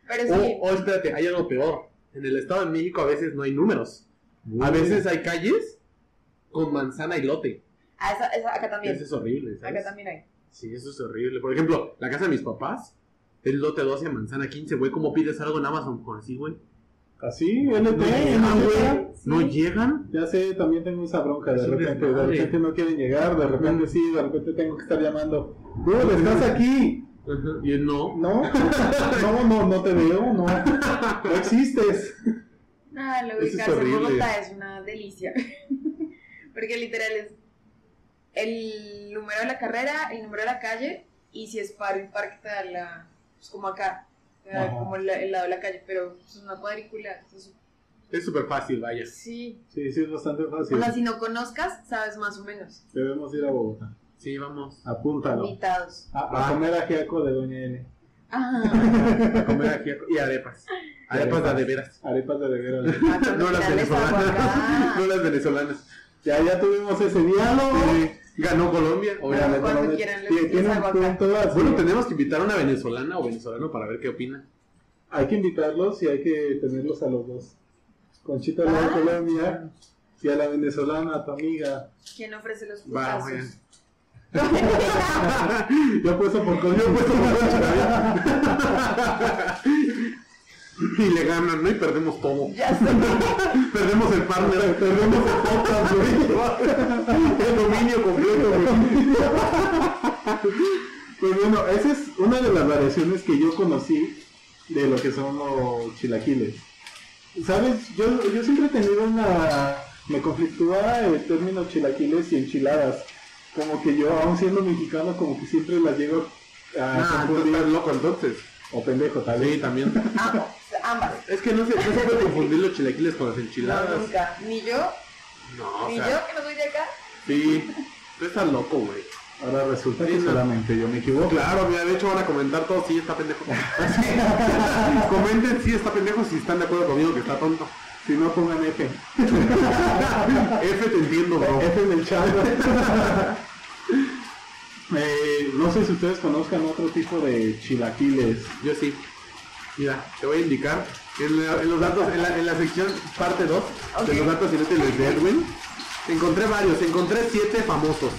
Speaker 3: Pero
Speaker 2: O,
Speaker 3: sí,
Speaker 2: o oh, espérate, hay algo peor. En el Estado de México a veces no hay números. A veces hay calles con manzana y lote.
Speaker 3: ah, esa- esa- acá también.
Speaker 2: Eso es horrible, ¿sabes?
Speaker 3: Acá también hay.
Speaker 2: Sí, eso es horrible. Por ejemplo, la casa de mis papás es lote 12, manzana 15, güey. ¿Cómo pides algo en Amazon por así, güey?
Speaker 1: Así, LT,
Speaker 2: No llegan,
Speaker 1: LT.
Speaker 2: güey. No llegan.
Speaker 1: Ya sé, también tengo esa bronca de
Speaker 2: Es un
Speaker 1: repente. De
Speaker 2: desmadre. Mm.
Speaker 1: repente no quieren llegar, de repente sí, de repente tengo que estar llamando. Dude, estás aquí.
Speaker 2: Y él, no.
Speaker 1: No, no, no, no te veo, no. No existes.
Speaker 3: Ah, la
Speaker 2: Eso es
Speaker 3: ubicarse en
Speaker 2: horrible.
Speaker 3: Bogotá es una delicia. Porque literal es el número de la carrera, el número de la calle y si es paro y parque te da la. Pues como acá, te da
Speaker 1: Ajá.
Speaker 3: como la- el lado de la calle, pero pues, es una cuadrícula. es-
Speaker 2: Es súper fácil, vaya.
Speaker 3: sí.
Speaker 1: Sí, sí, es bastante
Speaker 3: O
Speaker 1: fácil.
Speaker 3: sea, si no conozcas, sabes más o menos.
Speaker 1: Debemos ir a Bogotá.
Speaker 2: Sí, vamos.
Speaker 1: Apúntalo.
Speaker 3: Invitados.
Speaker 1: A, a comer ajiaco de Doña N.
Speaker 3: Ah,
Speaker 2: A comer aquí. Y arepas. Arepas de a de veras.
Speaker 1: Arepas de de veras.
Speaker 3: Ah,
Speaker 2: No las venezolanas. No las venezolanas.
Speaker 1: Ya, ya tuvimos ese diálogo.
Speaker 2: Sí, Ganó Colombia, obviamente.
Speaker 1: Obviamente,
Speaker 3: cuando
Speaker 1: no me-
Speaker 3: quieran les-
Speaker 1: tiene-
Speaker 3: les
Speaker 1: tiene un
Speaker 3: hago acá.
Speaker 1: punto así.
Speaker 2: Bueno, tenemos que invitar a una venezolana o venezolano para ver qué opina.
Speaker 1: Hay que invitarlos y hay que tenerlos a los dos. Conchita de
Speaker 3: Ah.
Speaker 1: Colombia y a la venezolana, a tu amiga.
Speaker 3: ¿Quién ofrece los
Speaker 2: Va,
Speaker 3: putazos?
Speaker 2: vayan.
Speaker 1: Yo puesto por Colombia.
Speaker 2: Yo puesto por Y le ganan, ¿no? Y perdemos todo.
Speaker 3: ya sé.
Speaker 2: Perdemos el partner, perdemos el podcast, güey. El dominio completo, güey.
Speaker 1: Pues bueno, esa es una de las variaciones que yo conocí de lo que son los chilaquiles. ¿Sabes? Yo, yo siempre he tenido una... Me conflictúa el término chilaquiles y enchiladas. Como que yo, aún siendo mexicano, como que siempre las llego a
Speaker 2: Ah, tú
Speaker 1: confundir.
Speaker 2: estás loco entonces.
Speaker 1: O pendejo, tal vez.
Speaker 2: Sí, también.
Speaker 3: Ambos, ambas.
Speaker 2: Es que no se, no se puede confundir los chilaquiles con las
Speaker 3: No,
Speaker 2: enchiladas.
Speaker 3: nunca. Ni yo,
Speaker 2: No, o
Speaker 3: ni
Speaker 2: sea,
Speaker 3: yo que no soy de acá.
Speaker 2: sí. Tú estás loco, güey.
Speaker 1: Ahora resulta
Speaker 2: Sí,
Speaker 1: que
Speaker 2: no.
Speaker 1: solamente yo me equivoco.
Speaker 2: Claro, mira, de hecho van a comentar todos si está pendejo. Comenten si está pendejo, si están de acuerdo conmigo que está tonto.
Speaker 1: Si no pongan F.
Speaker 2: F te entiendo, bro.
Speaker 1: F en el chat. Eh, no sé si ustedes conozcan otro tipo de chilaquiles.
Speaker 2: Yo sí. Mira, te voy a indicar. En, la- en los datos, en la, en la sección parte 2 de los datos inútiles de Edwin, encontré varios, encontré 7 famosos.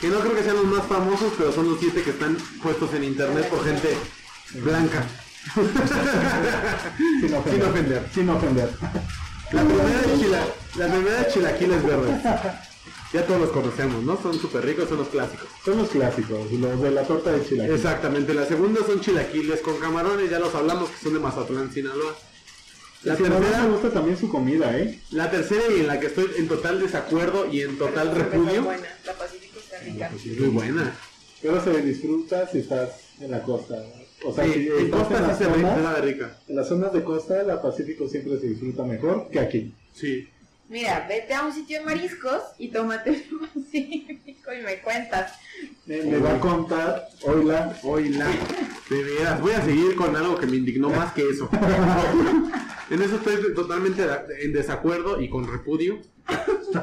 Speaker 2: Que no creo que sean los más famosos, pero son los 7 que están puestos en internet por gente blanca.
Speaker 1: Sin
Speaker 2: Sin ofender.
Speaker 1: Sin ofender.
Speaker 2: La primera, es chila, la primera es chilaquiles verdes. Ya todos los conocemos, ¿no? Son súper ricos, son los clásicos.
Speaker 1: Son los clásicos, los de la torta de chilaquiles.
Speaker 2: Exactamente, la segunda son chilaquiles con camarones, ya los hablamos que son de Mazatlán, Sinaloa. La
Speaker 1: Si no,
Speaker 2: tercera,
Speaker 1: me gusta también su comida, ¿eh?
Speaker 2: la tercera y en la que estoy en total desacuerdo y en total
Speaker 3: Pero la cerveza es
Speaker 2: repudio.
Speaker 3: buena, La Pacífico está rica.
Speaker 2: Es muy buena.
Speaker 1: Pero se disfruta si estás en la costa. O sea, si
Speaker 2: Sí,
Speaker 1: estás
Speaker 2: en
Speaker 1: en
Speaker 2: Costa
Speaker 1: las
Speaker 2: sí se ve,
Speaker 1: zonas-
Speaker 2: sabe rica.
Speaker 1: en las zonas de costa, la Pacífico siempre se disfruta mejor que aquí.
Speaker 2: Sí.
Speaker 3: Mira, vete a un sitio de mariscos y tómate un Pacífico y me cuentas.
Speaker 1: Me, me va a contar, hola,
Speaker 2: Oila, de veras, voy a seguir con algo que me indignó más que eso. En eso estoy totalmente de- en desacuerdo y con repudio.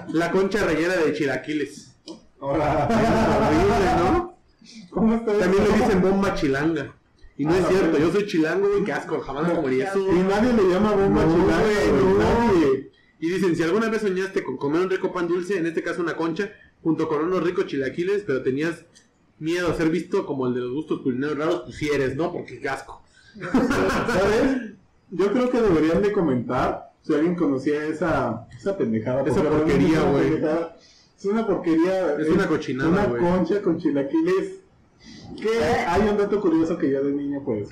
Speaker 2: La concha rellena de chilaquiles.
Speaker 1: hola.
Speaker 2: Horrible, ¿no?
Speaker 1: ¿Cómo estás?
Speaker 2: También le dicen bomba chilanga. Y no
Speaker 1: Ah,
Speaker 2: es
Speaker 1: la
Speaker 2: cierto,
Speaker 1: verdad.
Speaker 2: yo soy chilango, güey, qué asco, jamás me comería eso.
Speaker 1: Y nadie le llama bomba
Speaker 2: No,
Speaker 1: chilanga,
Speaker 2: güey,
Speaker 1: güey,
Speaker 2: no.
Speaker 1: nadie.
Speaker 2: Y dicen, si alguna vez soñaste con comer un rico pan dulce, en este caso una concha, junto con unos ricos chilaquiles, pero tenías miedo a ser visto como el de los gustos culinarios raros, pues sí eres, ¿no? Porque qué asco.
Speaker 1: ¿Sabes? Yo creo que deberían de comentar si alguien conocía esa, esa pendejada.
Speaker 2: Esa
Speaker 1: porque realmente
Speaker 2: porquería,
Speaker 1: es una
Speaker 2: güey.
Speaker 1: pendejada. Es una porquería.
Speaker 2: Es una cochinada,
Speaker 1: Una
Speaker 2: güey.
Speaker 1: concha con chilaquiles. Que
Speaker 3: ¿Eh?
Speaker 1: hay un dato curioso que yo de niño, pues,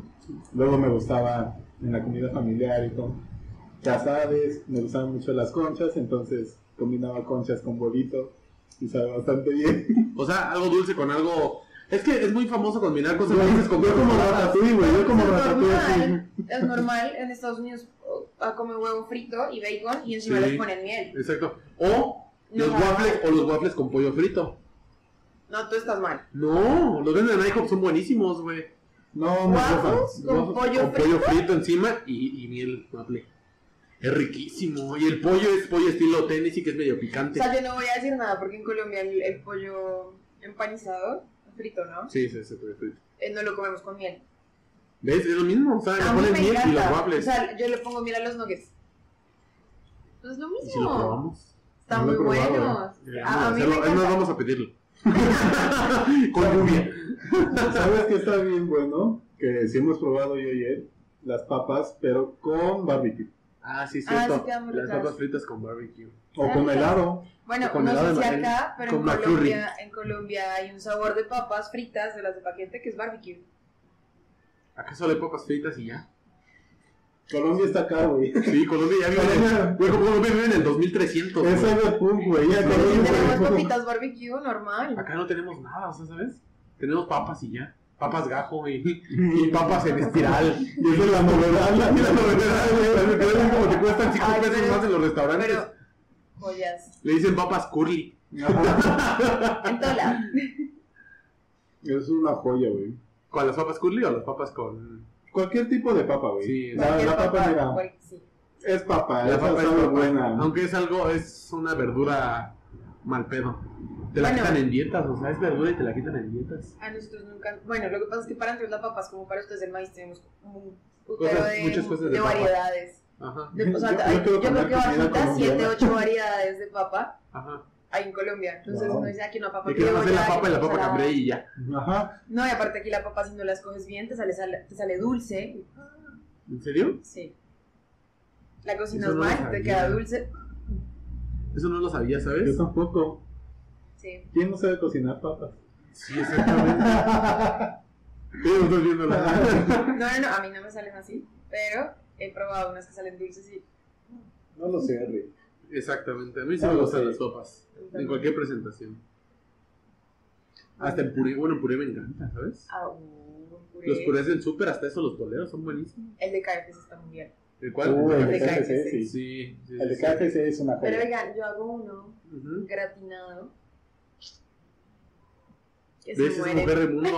Speaker 1: luego me gustaba en la comida familiar y todo. Ya sabes, me gustaban mucho las conchas, entonces combinaba conchas con huevito y sabe bastante bien.
Speaker 2: O sea, algo dulce con algo... Es que es muy famoso combinar cosas dulces
Speaker 1: Yo
Speaker 2: con
Speaker 1: como ratatouille, güey, yo como
Speaker 3: es
Speaker 1: ratatouille. así.
Speaker 3: normal, es normal en Estados Unidos oh, ah, comen huevo frito y bacon y encima
Speaker 2: Sí.
Speaker 3: les ponen miel.
Speaker 2: Exacto. O los
Speaker 3: No.
Speaker 2: waffles o los waffles con pollo frito.
Speaker 3: No, tú estás mal.
Speaker 2: No, los venden en IHOP son buenísimos, güey.
Speaker 1: No, no,
Speaker 3: Waffles
Speaker 1: no.
Speaker 3: con pollo
Speaker 2: con
Speaker 3: frito.
Speaker 2: pollo frito encima y, y miel waffle. Es riquísimo. Y el pollo es pollo estilo Tennessee, que es medio
Speaker 3: O
Speaker 2: picante.
Speaker 3: sea, yo no voy a decir nada porque en Colombia el, el pollo empanizado, frito, ¿no?
Speaker 2: Sí, sí, sí, sí, sí.
Speaker 3: Eh, no lo comemos con miel.
Speaker 2: ¿Ves? Es lo mismo. O sea, Ah, le
Speaker 3: A mí
Speaker 2: pones
Speaker 3: me
Speaker 2: miel y los
Speaker 3: encanta.
Speaker 2: waffles.
Speaker 3: O sea, yo le pongo miel a los nuggets. Pues lo
Speaker 2: ¿Y si lo
Speaker 3: mismo.
Speaker 2: probamos? No
Speaker 3: Están muy
Speaker 2: lo he probado,
Speaker 3: buenos.
Speaker 2: ¿eh? Eh,
Speaker 3: A, a
Speaker 2: vamos
Speaker 3: mí
Speaker 2: a
Speaker 3: me
Speaker 2: hacerlo. Es más,
Speaker 3: encanta.
Speaker 2: vamos a pedirlo. Con lluvia.
Speaker 1: ¿Sabes que está bien bueno? Que sí hemos probado yo y él, las papas, pero con barbecue.
Speaker 2: Ah, sí,
Speaker 3: Ah,
Speaker 2: cierto.
Speaker 3: sí quedan muy
Speaker 2: Las
Speaker 3: ricas.
Speaker 2: papas fritas con barbecue.
Speaker 1: O con helado.
Speaker 3: Bueno,
Speaker 2: Con
Speaker 3: no
Speaker 2: helado
Speaker 3: sé si
Speaker 2: de maíz,
Speaker 3: acá, pero en
Speaker 2: con McFlurry.
Speaker 3: Colombia, en Colombia hay un sabor de papas fritas de las de paquete que es barbecue.
Speaker 2: Acá solo hay papas fritas y ya.
Speaker 1: Colombia está acá, güey.
Speaker 2: Sí, Colombia ya vive en el,
Speaker 1: Colombia-
Speaker 2: güey, como Colombia vive en el 2300.
Speaker 1: Eso
Speaker 2: güey.
Speaker 1: es de punk, güey. Ya
Speaker 2: Sí,
Speaker 1: Colombia,
Speaker 3: Tenemos
Speaker 1: güey.
Speaker 3: papitas barbecue normal.
Speaker 2: Acá no tenemos nada, o sea, ¿sabes? Tenemos papas y ya. Papas gajo y, y papas en espiral.
Speaker 1: Y esa es la novedad, la,
Speaker 2: Y la
Speaker 1: la
Speaker 2: novedad, güey, las espirales como te cuestan 5
Speaker 3: Ay,
Speaker 2: pesos
Speaker 3: pero-
Speaker 2: más en los restaurantes.
Speaker 3: Pero joyas.
Speaker 2: Le dicen papas curly.
Speaker 1: novedad.
Speaker 3: En toda la-
Speaker 1: Es una joya, güey.
Speaker 2: ¿Con las papas curly o las papas con...?
Speaker 1: Cualquier tipo de papa, güey.
Speaker 2: Sí,
Speaker 1: la,
Speaker 3: cualquier
Speaker 1: la papa,
Speaker 3: papa,
Speaker 1: mira,
Speaker 3: cual- sí.
Speaker 1: es papa,
Speaker 2: La
Speaker 1: Ah, esa
Speaker 2: papa es
Speaker 1: sabe
Speaker 2: papa.
Speaker 1: buena.
Speaker 2: Aunque es algo, es una verdura mal pedo. Te la
Speaker 3: Bueno.
Speaker 2: quitan en dietas, o sea, es verdura y te la quitan en dietas.
Speaker 3: A nosotros nunca. Bueno, lo que pasa es que para nosotros las papas, como para ustedes el maíz, tenemos un putero
Speaker 2: Cosas-
Speaker 3: de,
Speaker 2: muchas cosas de
Speaker 3: de
Speaker 2: papa.
Speaker 3: variedades.
Speaker 2: Ajá,
Speaker 3: De- o sea,
Speaker 1: Yo- yo
Speaker 3: hay- yo,
Speaker 1: quiero
Speaker 3: creo
Speaker 1: comer
Speaker 3: que
Speaker 1: comida
Speaker 3: bajitas 7,
Speaker 1: colombiana.
Speaker 3: 8 variedades de papa
Speaker 2: ajá.
Speaker 3: hay en Colombia. Entonces
Speaker 1: Wow.
Speaker 3: uno dice aquí una papa
Speaker 2: Y que nada más es
Speaker 3: criolla,
Speaker 2: la
Speaker 3: aquí
Speaker 2: papa y la
Speaker 3: una
Speaker 2: papa
Speaker 3: ensalada.
Speaker 2: cambray y ya.
Speaker 1: Ajá.
Speaker 3: No, y aparte aquí la papa si no la escoges bien te sale, sal- te sale dulce.
Speaker 2: ¿En serio?
Speaker 3: Sí. La cocinas
Speaker 2: Eso no lo
Speaker 3: mal, te
Speaker 2: sabía.
Speaker 3: queda dulce.
Speaker 2: Eso no lo sabía,
Speaker 1: Yo
Speaker 2: ¿sabes?
Speaker 1: tampoco.
Speaker 3: Sí.
Speaker 1: ¿Quién no sabe cocinar papas?
Speaker 2: Sí, exactamente. Yo no estoy viendo la...
Speaker 3: No, no, no, a mí no me salen así, pero he probado unas que salen dulces y...
Speaker 1: No lo sé, Rick.
Speaker 2: Exactamente, a mí sí me
Speaker 1: Ah,
Speaker 2: gustan
Speaker 1: sí.
Speaker 2: las papas. En cualquier presentación. Hasta en puré, bueno, en puré me encanta, ¿sabes?
Speaker 3: Ah, uh, puré.
Speaker 2: Los purés del súper, hasta eso los toleros son buenísimos.
Speaker 3: El de KFC está muy bien.
Speaker 2: ¿El cual?
Speaker 1: Uh, el de
Speaker 3: KFC,
Speaker 1: KFC,
Speaker 2: Sí,
Speaker 1: sí.
Speaker 2: sí, sí.
Speaker 1: El de
Speaker 2: sí.
Speaker 1: KFC es
Speaker 2: Ah,
Speaker 1: una
Speaker 3: Pero
Speaker 1: joya.
Speaker 3: oigan, yo hago uno
Speaker 2: Ujú.
Speaker 3: gratinado. Que
Speaker 2: ¿Ves? Es
Speaker 3: se muere.
Speaker 2: mujer del mundo.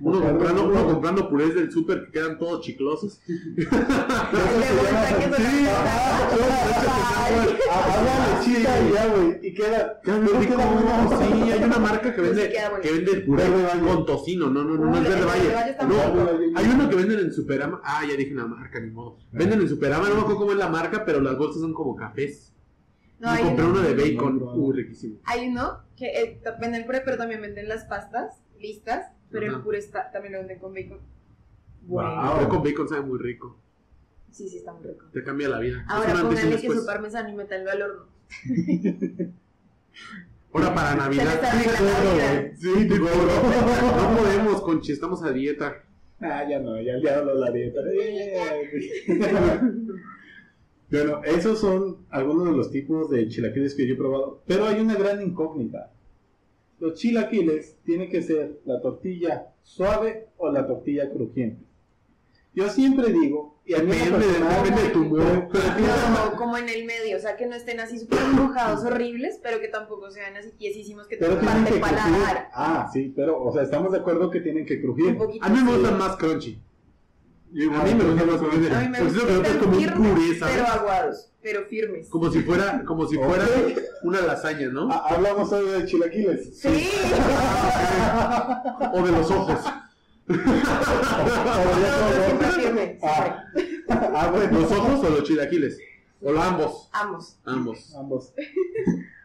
Speaker 2: Uno
Speaker 1: Mujer del
Speaker 2: comprando, uno
Speaker 1: mundo.
Speaker 2: comprando purés del súper que quedan todos chiclosos.
Speaker 3: El de bolsa que se
Speaker 2: Sí.
Speaker 3: Ay.
Speaker 1: Habla lechita y ya, güey. Y queda.
Speaker 2: Quedan muy
Speaker 1: Pero
Speaker 2: ricos.
Speaker 1: queda bueno.
Speaker 2: Sí, hay una marca que
Speaker 3: No, sí
Speaker 2: vende,
Speaker 3: queda bueno.
Speaker 2: que vende puré
Speaker 1: Verde Valle.
Speaker 2: con tocino. No, no, no, no
Speaker 3: Uh,
Speaker 2: es
Speaker 3: el
Speaker 2: Verde
Speaker 3: de Verde
Speaker 2: Valle.
Speaker 3: Valle está
Speaker 2: No,
Speaker 1: muy bueno.
Speaker 2: hay uno que venden en Superama. Ah, ya dije una marca, ni modo. Venden en Superama, no me acuerdo cómo es la marca, pero las bolsas son como cafés.
Speaker 3: No,
Speaker 2: Yo
Speaker 3: hay
Speaker 2: compré
Speaker 3: uno-
Speaker 2: uno de bacon.
Speaker 1: No, no, no.
Speaker 2: Uh, riquísimo.
Speaker 3: Hay uno que eh, ta- venden el puré, pero también venden las pastas listas, pero
Speaker 2: Ajá.
Speaker 3: el puré está, también lo venden con bacon.
Speaker 1: Wow.
Speaker 2: El puré con bacon sabe muy rico.
Speaker 3: Sí, sí, está muy rico.
Speaker 2: Te cambia la vida. Es
Speaker 3: Ahora
Speaker 2: un pues. antes y un
Speaker 3: pónganle
Speaker 2: después.
Speaker 3: queso parmesano y metanlo al horno.
Speaker 2: Ahora para
Speaker 3: Se les
Speaker 2: Navidad.
Speaker 3: arregla la vida.
Speaker 2: Sí, te juro. No podemos, Conchi, estamos a dieta.
Speaker 1: Ah, ya no, ya el diablo la dieta. Eh. bueno, esos son algunos de los tipos de chilaquiles que yo he probado. Pero hay una gran incógnita. Los chilaquiles tienen que ser la tortilla suave o la tortilla crujiente. Yo siempre digo, y a mí en lo
Speaker 2: Depende,
Speaker 1: personal,
Speaker 2: depende de tu humor.
Speaker 3: No, como en el medio, o sea, que no estén así súper mojados, horribles, pero que tampoco sean así tiesísimos que te
Speaker 1: Pero tienen
Speaker 3: parten
Speaker 1: que
Speaker 3: el
Speaker 1: crujir.
Speaker 3: paladar.
Speaker 1: Ah, sí, pero, o sea, estamos de acuerdo que tienen que
Speaker 3: Un
Speaker 1: crujir.
Speaker 3: poquito
Speaker 2: A mí me
Speaker 3: así.
Speaker 2: gustan más crunchy. A
Speaker 1: a
Speaker 2: mí
Speaker 1: mí
Speaker 2: me gustan
Speaker 1: me
Speaker 2: más
Speaker 1: gustan-
Speaker 2: crunchy.
Speaker 3: A mí me
Speaker 2: Pues eso
Speaker 3: gustan
Speaker 2: me gusta como un
Speaker 3: firmes,
Speaker 2: puré, ¿sabes?
Speaker 3: pero aguados, pero firmes.
Speaker 2: Como si fuera, como si fuera
Speaker 1: Ok.
Speaker 2: una lasaña, ¿no?
Speaker 1: Ah, Hablamos hoy de chilaquiles.
Speaker 3: Sí,
Speaker 2: O de los ojos.
Speaker 1: Pero ya
Speaker 3: Pero
Speaker 1: no,
Speaker 3: siempre
Speaker 1: ¿no?
Speaker 3: firme, siempre.
Speaker 1: Ah. Ah, bueno,
Speaker 2: ¿Los ojos o los chilaquiles? O los ambos.
Speaker 3: Ambos.
Speaker 2: Ambos.
Speaker 1: Ambos.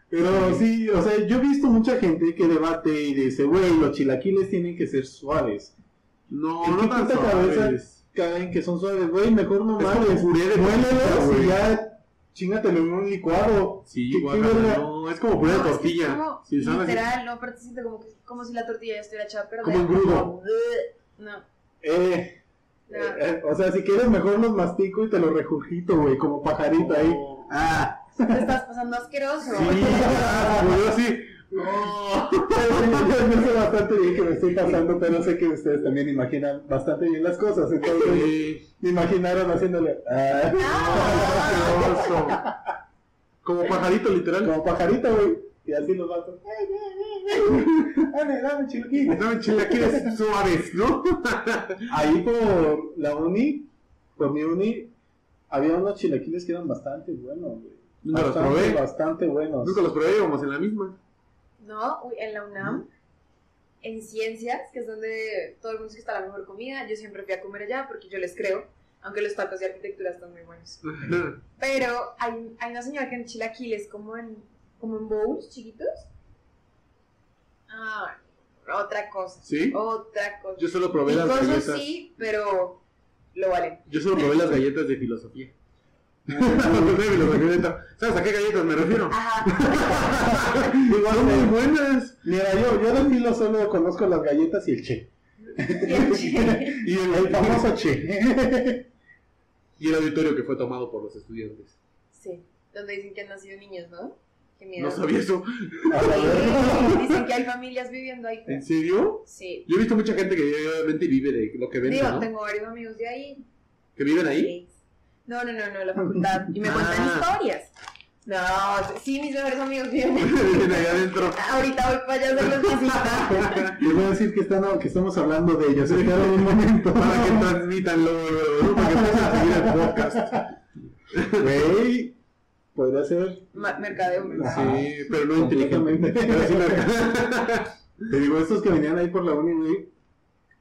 Speaker 1: Pero sí, o sea, yo he visto mucha gente que debate y dice, güey, los chilaquiles tienen que ser suaves.
Speaker 2: No,
Speaker 1: ¿En
Speaker 2: no
Speaker 1: qué
Speaker 2: tan
Speaker 1: puta
Speaker 2: suaves.
Speaker 1: cabeza Caen que son suaves, güey, mejor no
Speaker 2: Es como
Speaker 1: mames.
Speaker 2: puré de tortilla,
Speaker 1: Muélelos
Speaker 2: güey.
Speaker 1: y ya chingatelo en un licuado.
Speaker 2: Sí,
Speaker 1: ¿Qué- qué
Speaker 2: guacamole.
Speaker 1: verga?
Speaker 2: No, es como puré de
Speaker 3: No, es que es
Speaker 2: tortilla.
Speaker 3: como
Speaker 2: Sí, ¿sabes?
Speaker 3: literal, no, aparte siento como, que- como si la tortilla ya estuviera echada a perder.
Speaker 2: Como en grudo.
Speaker 3: No,
Speaker 1: Eh,
Speaker 3: no.
Speaker 1: eh, eh, o sea, si quieres mejor los mastico y te los rejujito, güey, como pajarita ahí.
Speaker 2: No.
Speaker 1: Ah,
Speaker 3: Te estás pasando asqueroso.
Speaker 2: Sí, ah, yo sí. No.
Speaker 1: yo sé bastante bien que me estoy pasando, pero sé que ustedes también imaginan bastante bien las cosas. Entonces,
Speaker 2: Sí.
Speaker 1: me imaginaron haciéndole... ah,
Speaker 2: Asqueroso. Como pajarito, literal.
Speaker 1: Como pajarito, güey. Y así los vatos. "Ay, ay, ay, ay, Dame, dame chilaquiles.
Speaker 2: No, chilaquiles suaves, ¿no?
Speaker 1: Ahí por la uni, por mi uni, Había unos chilaquiles que eran bastante buenos, güey.
Speaker 2: Nunca los
Speaker 1: Bastante,
Speaker 2: probé.
Speaker 1: Bastante buenos.
Speaker 2: Nunca los probé, íbamos en la misma.
Speaker 3: No, uy, en la UNAM, en ciencias, que es donde todo el mundo dice que está la mejor comida, yo siempre fui a comer allá porque yo les creo, aunque los tacos de arquitectura están muy buenos. Pero hay, hay una señora que en chilaquiles, como en, como en bowls chiquitos. Ah, otra cosa.
Speaker 2: ¿Sí?
Speaker 3: Otra cosa.
Speaker 2: Yo solo probé
Speaker 3: Y
Speaker 2: las
Speaker 3: cosas
Speaker 2: galletas.
Speaker 3: sí, pero lo valen.
Speaker 2: Yo solo probé las galletas de filosofía. De filosofía. ¿Sabes a qué galletas me refiero?
Speaker 3: Ajá.
Speaker 1: Igual,
Speaker 2: Son muy
Speaker 1: eh,
Speaker 2: buenas.
Speaker 1: Mira, yo, yo de filo solo conozco las galletas y el che.
Speaker 3: Bien, che.
Speaker 2: Y el,
Speaker 1: El famoso che.
Speaker 2: y el auditorio que fue tomado por los estudiantes.
Speaker 3: Sí, donde dicen que han nacido niños, ¿no? Qué miedo.
Speaker 2: No sabía eso.
Speaker 1: A la verga.
Speaker 3: Sí, Dicen que hay familias viviendo ahí.
Speaker 2: ¿En serio?
Speaker 3: Sí.
Speaker 2: Yo he visto mucha gente que obviamente vive de lo que vende,
Speaker 3: Digo,
Speaker 2: ¿no?
Speaker 3: tengo varios amigos de ahí.
Speaker 2: Que viven ahí.
Speaker 3: Sí. No, no, no, no, la facultad. Y me
Speaker 2: Ah.
Speaker 3: cuentan historias. No, sí, mis mejores amigos viven ahí.
Speaker 2: Viven allá adentro.
Speaker 3: Ahorita voy para allá a hacerlos visitar.
Speaker 1: Les voy a decir que, están, que estamos hablando de ellos. Se quedaron un momento.
Speaker 2: Para que transmitan lo para que puedan seguir el podcast.
Speaker 1: Güey, podría ser.
Speaker 3: Ma- Mercadeo. mercadeo.
Speaker 1: Ajá.
Speaker 2: Sí, pero no inteligente.
Speaker 1: Completamente.
Speaker 2: Pero sí me-
Speaker 1: Te digo, estos que venían ahí por la uni, güey,